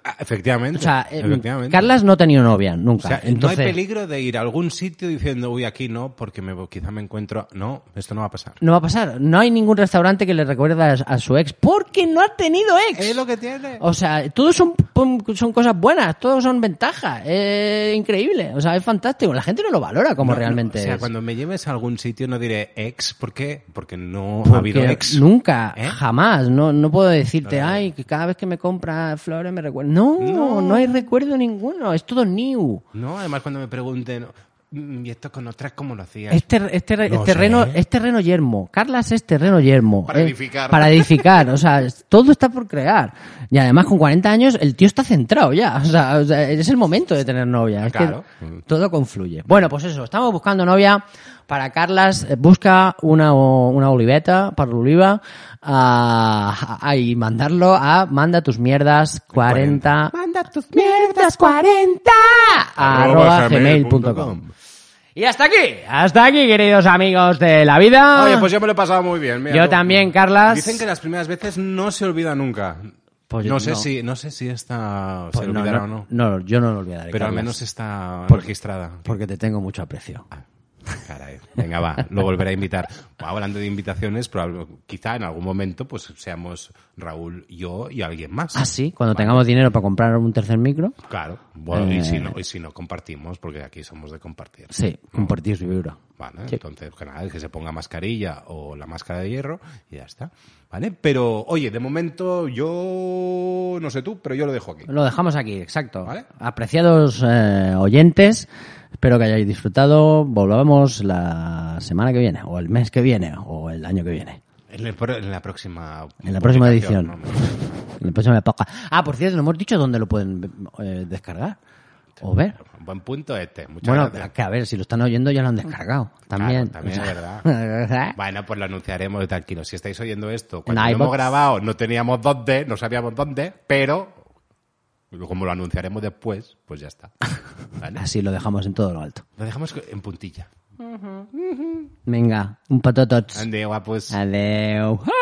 Speaker 1: Ah, Efectivamente.
Speaker 2: O sea, eh,
Speaker 1: efectivamente.
Speaker 2: Carlas no ha tenido novia
Speaker 1: O
Speaker 2: nunca.
Speaker 1: sea,
Speaker 2: Entonces,
Speaker 1: no hay peligro de ir a algún sitio diciendo, uy, aquí no, porque me, quizá me encuentro... No, esto no va a pasar.
Speaker 2: no va a pasar. No hay ningún restaurante que le recuerde a, a su ex porque no ha tenido ex.
Speaker 1: Es lo que tiene.
Speaker 2: O sea, todos son, pum, son cosas buenas, todos son ventajas. Es increíble. O sea, es fantástico. La gente no lo valora como
Speaker 1: No, no,
Speaker 2: realmente
Speaker 1: O sea,
Speaker 2: es.
Speaker 1: cuando me lleves a algún sitio no diré ex, ¿por qué? Porque no ha
Speaker 2: Porque
Speaker 1: habido ex.
Speaker 2: Nunca,
Speaker 1: ¿Eh?
Speaker 2: jamás. No, no puedo decirte, ay, que cada vez que me compra flores me recuerda. No, no,
Speaker 1: No.
Speaker 2: hay recuerdo ninguno. Es todo new.
Speaker 1: No, además cuando me pregunten, "Mm, ¿y esto con otras cómo lo hacías?
Speaker 2: Es, ter- es ter-
Speaker 1: No
Speaker 2: es terreno,
Speaker 1: sé. ¿eh?
Speaker 2: es terreno yermo. Carlas es terreno yermo.
Speaker 1: Para
Speaker 2: Eh,
Speaker 1: edificar.
Speaker 2: Para
Speaker 1: (laughs)
Speaker 2: edificar. O sea, es- todo está por crear. Y además, con 40 años, el tío está centrado ya. O sea, o sea, es el momento de tener novia. Es que
Speaker 1: Claro.
Speaker 2: todo confluye. Bueno, pues eso. Estamos buscando novia. Para Carlas, eh, busca una, o- una oliveta para oliva ah, ah, y mandarlo a manda tus mierdas 40. Manda tus mierdas 40 arroba gmail.com. Y hasta aquí, hasta aquí, queridos amigos de la vida.
Speaker 1: Oye, pues yo me lo he pasado muy bien. mira,
Speaker 2: Yo
Speaker 1: tú.
Speaker 2: también, Carlas.
Speaker 1: Dicen que las primeras veces no se olvida nunca.
Speaker 2: Pues yo-
Speaker 1: no, sé
Speaker 2: no.
Speaker 1: Si, no sé si esta
Speaker 2: Pues
Speaker 1: se
Speaker 2: no,
Speaker 1: olvidará
Speaker 2: no,
Speaker 1: o no.
Speaker 2: no, yo no lo olvidaré.
Speaker 1: Pero al
Speaker 2: Carlas, Pues-
Speaker 1: menos está
Speaker 2: Porque-
Speaker 1: registrada.
Speaker 2: Porque te tengo mucho aprecio.
Speaker 1: Caray. Venga, va, lo volveré a invitar. Bueno, hablando de invitaciones, probable- quizá en algún momento pues seamos Raúl, yo y alguien más.
Speaker 2: Ah, sí, cuando tengamos dinero para comprar un tercer micro.
Speaker 1: Claro. Bueno,
Speaker 2: Eh.
Speaker 1: y, si no, y si no compartimos, porque aquí somos de compartir.
Speaker 2: Sí, compartir su vibra.
Speaker 1: Vale,
Speaker 2: Sí.
Speaker 1: entonces, pues, que nada, que se ponga mascarilla o la máscara de hierro y ya está. ¿Vale? Pero, oye, de momento yo no sé tú, pero yo lo dejo aquí.
Speaker 2: Lo dejamos aquí, exacto.
Speaker 1: Vale.
Speaker 2: Apreciados eh, oyentes, espero que hayáis disfrutado. Volvamos la semana que viene, o el mes que viene, o el año que viene.
Speaker 1: En, el pro- en la próxima.
Speaker 2: En la próxima edición.
Speaker 1: publicación, ¿no?
Speaker 2: En la próxima época. Ah, por cierto, no hemos dicho dónde lo pueden eh, descargar o ver.
Speaker 1: Buen punto este. Muchas
Speaker 2: Bueno,
Speaker 1: gracias.
Speaker 2: que a ver, si lo están oyendo ya lo han descargado. También.
Speaker 1: Claro, también
Speaker 2: O sea,
Speaker 1: es verdad. bueno, pues lo anunciaremos tranquilo. Si estáis oyendo esto, cuando
Speaker 2: En
Speaker 1: lo
Speaker 2: iVoox.
Speaker 1: hemos grabado no teníamos dónde, no sabíamos dónde, pero como lo anunciaremos después, pues ya
Speaker 2: (laughs)
Speaker 1: está. ¿Vale?
Speaker 2: (laughs) Así lo dejamos en todo lo alto.
Speaker 1: Lo dejamos en puntilla.
Speaker 2: Venga, un patotots.
Speaker 1: pues. Ande, guapos.
Speaker 2: Adeu.
Speaker 1: Ah.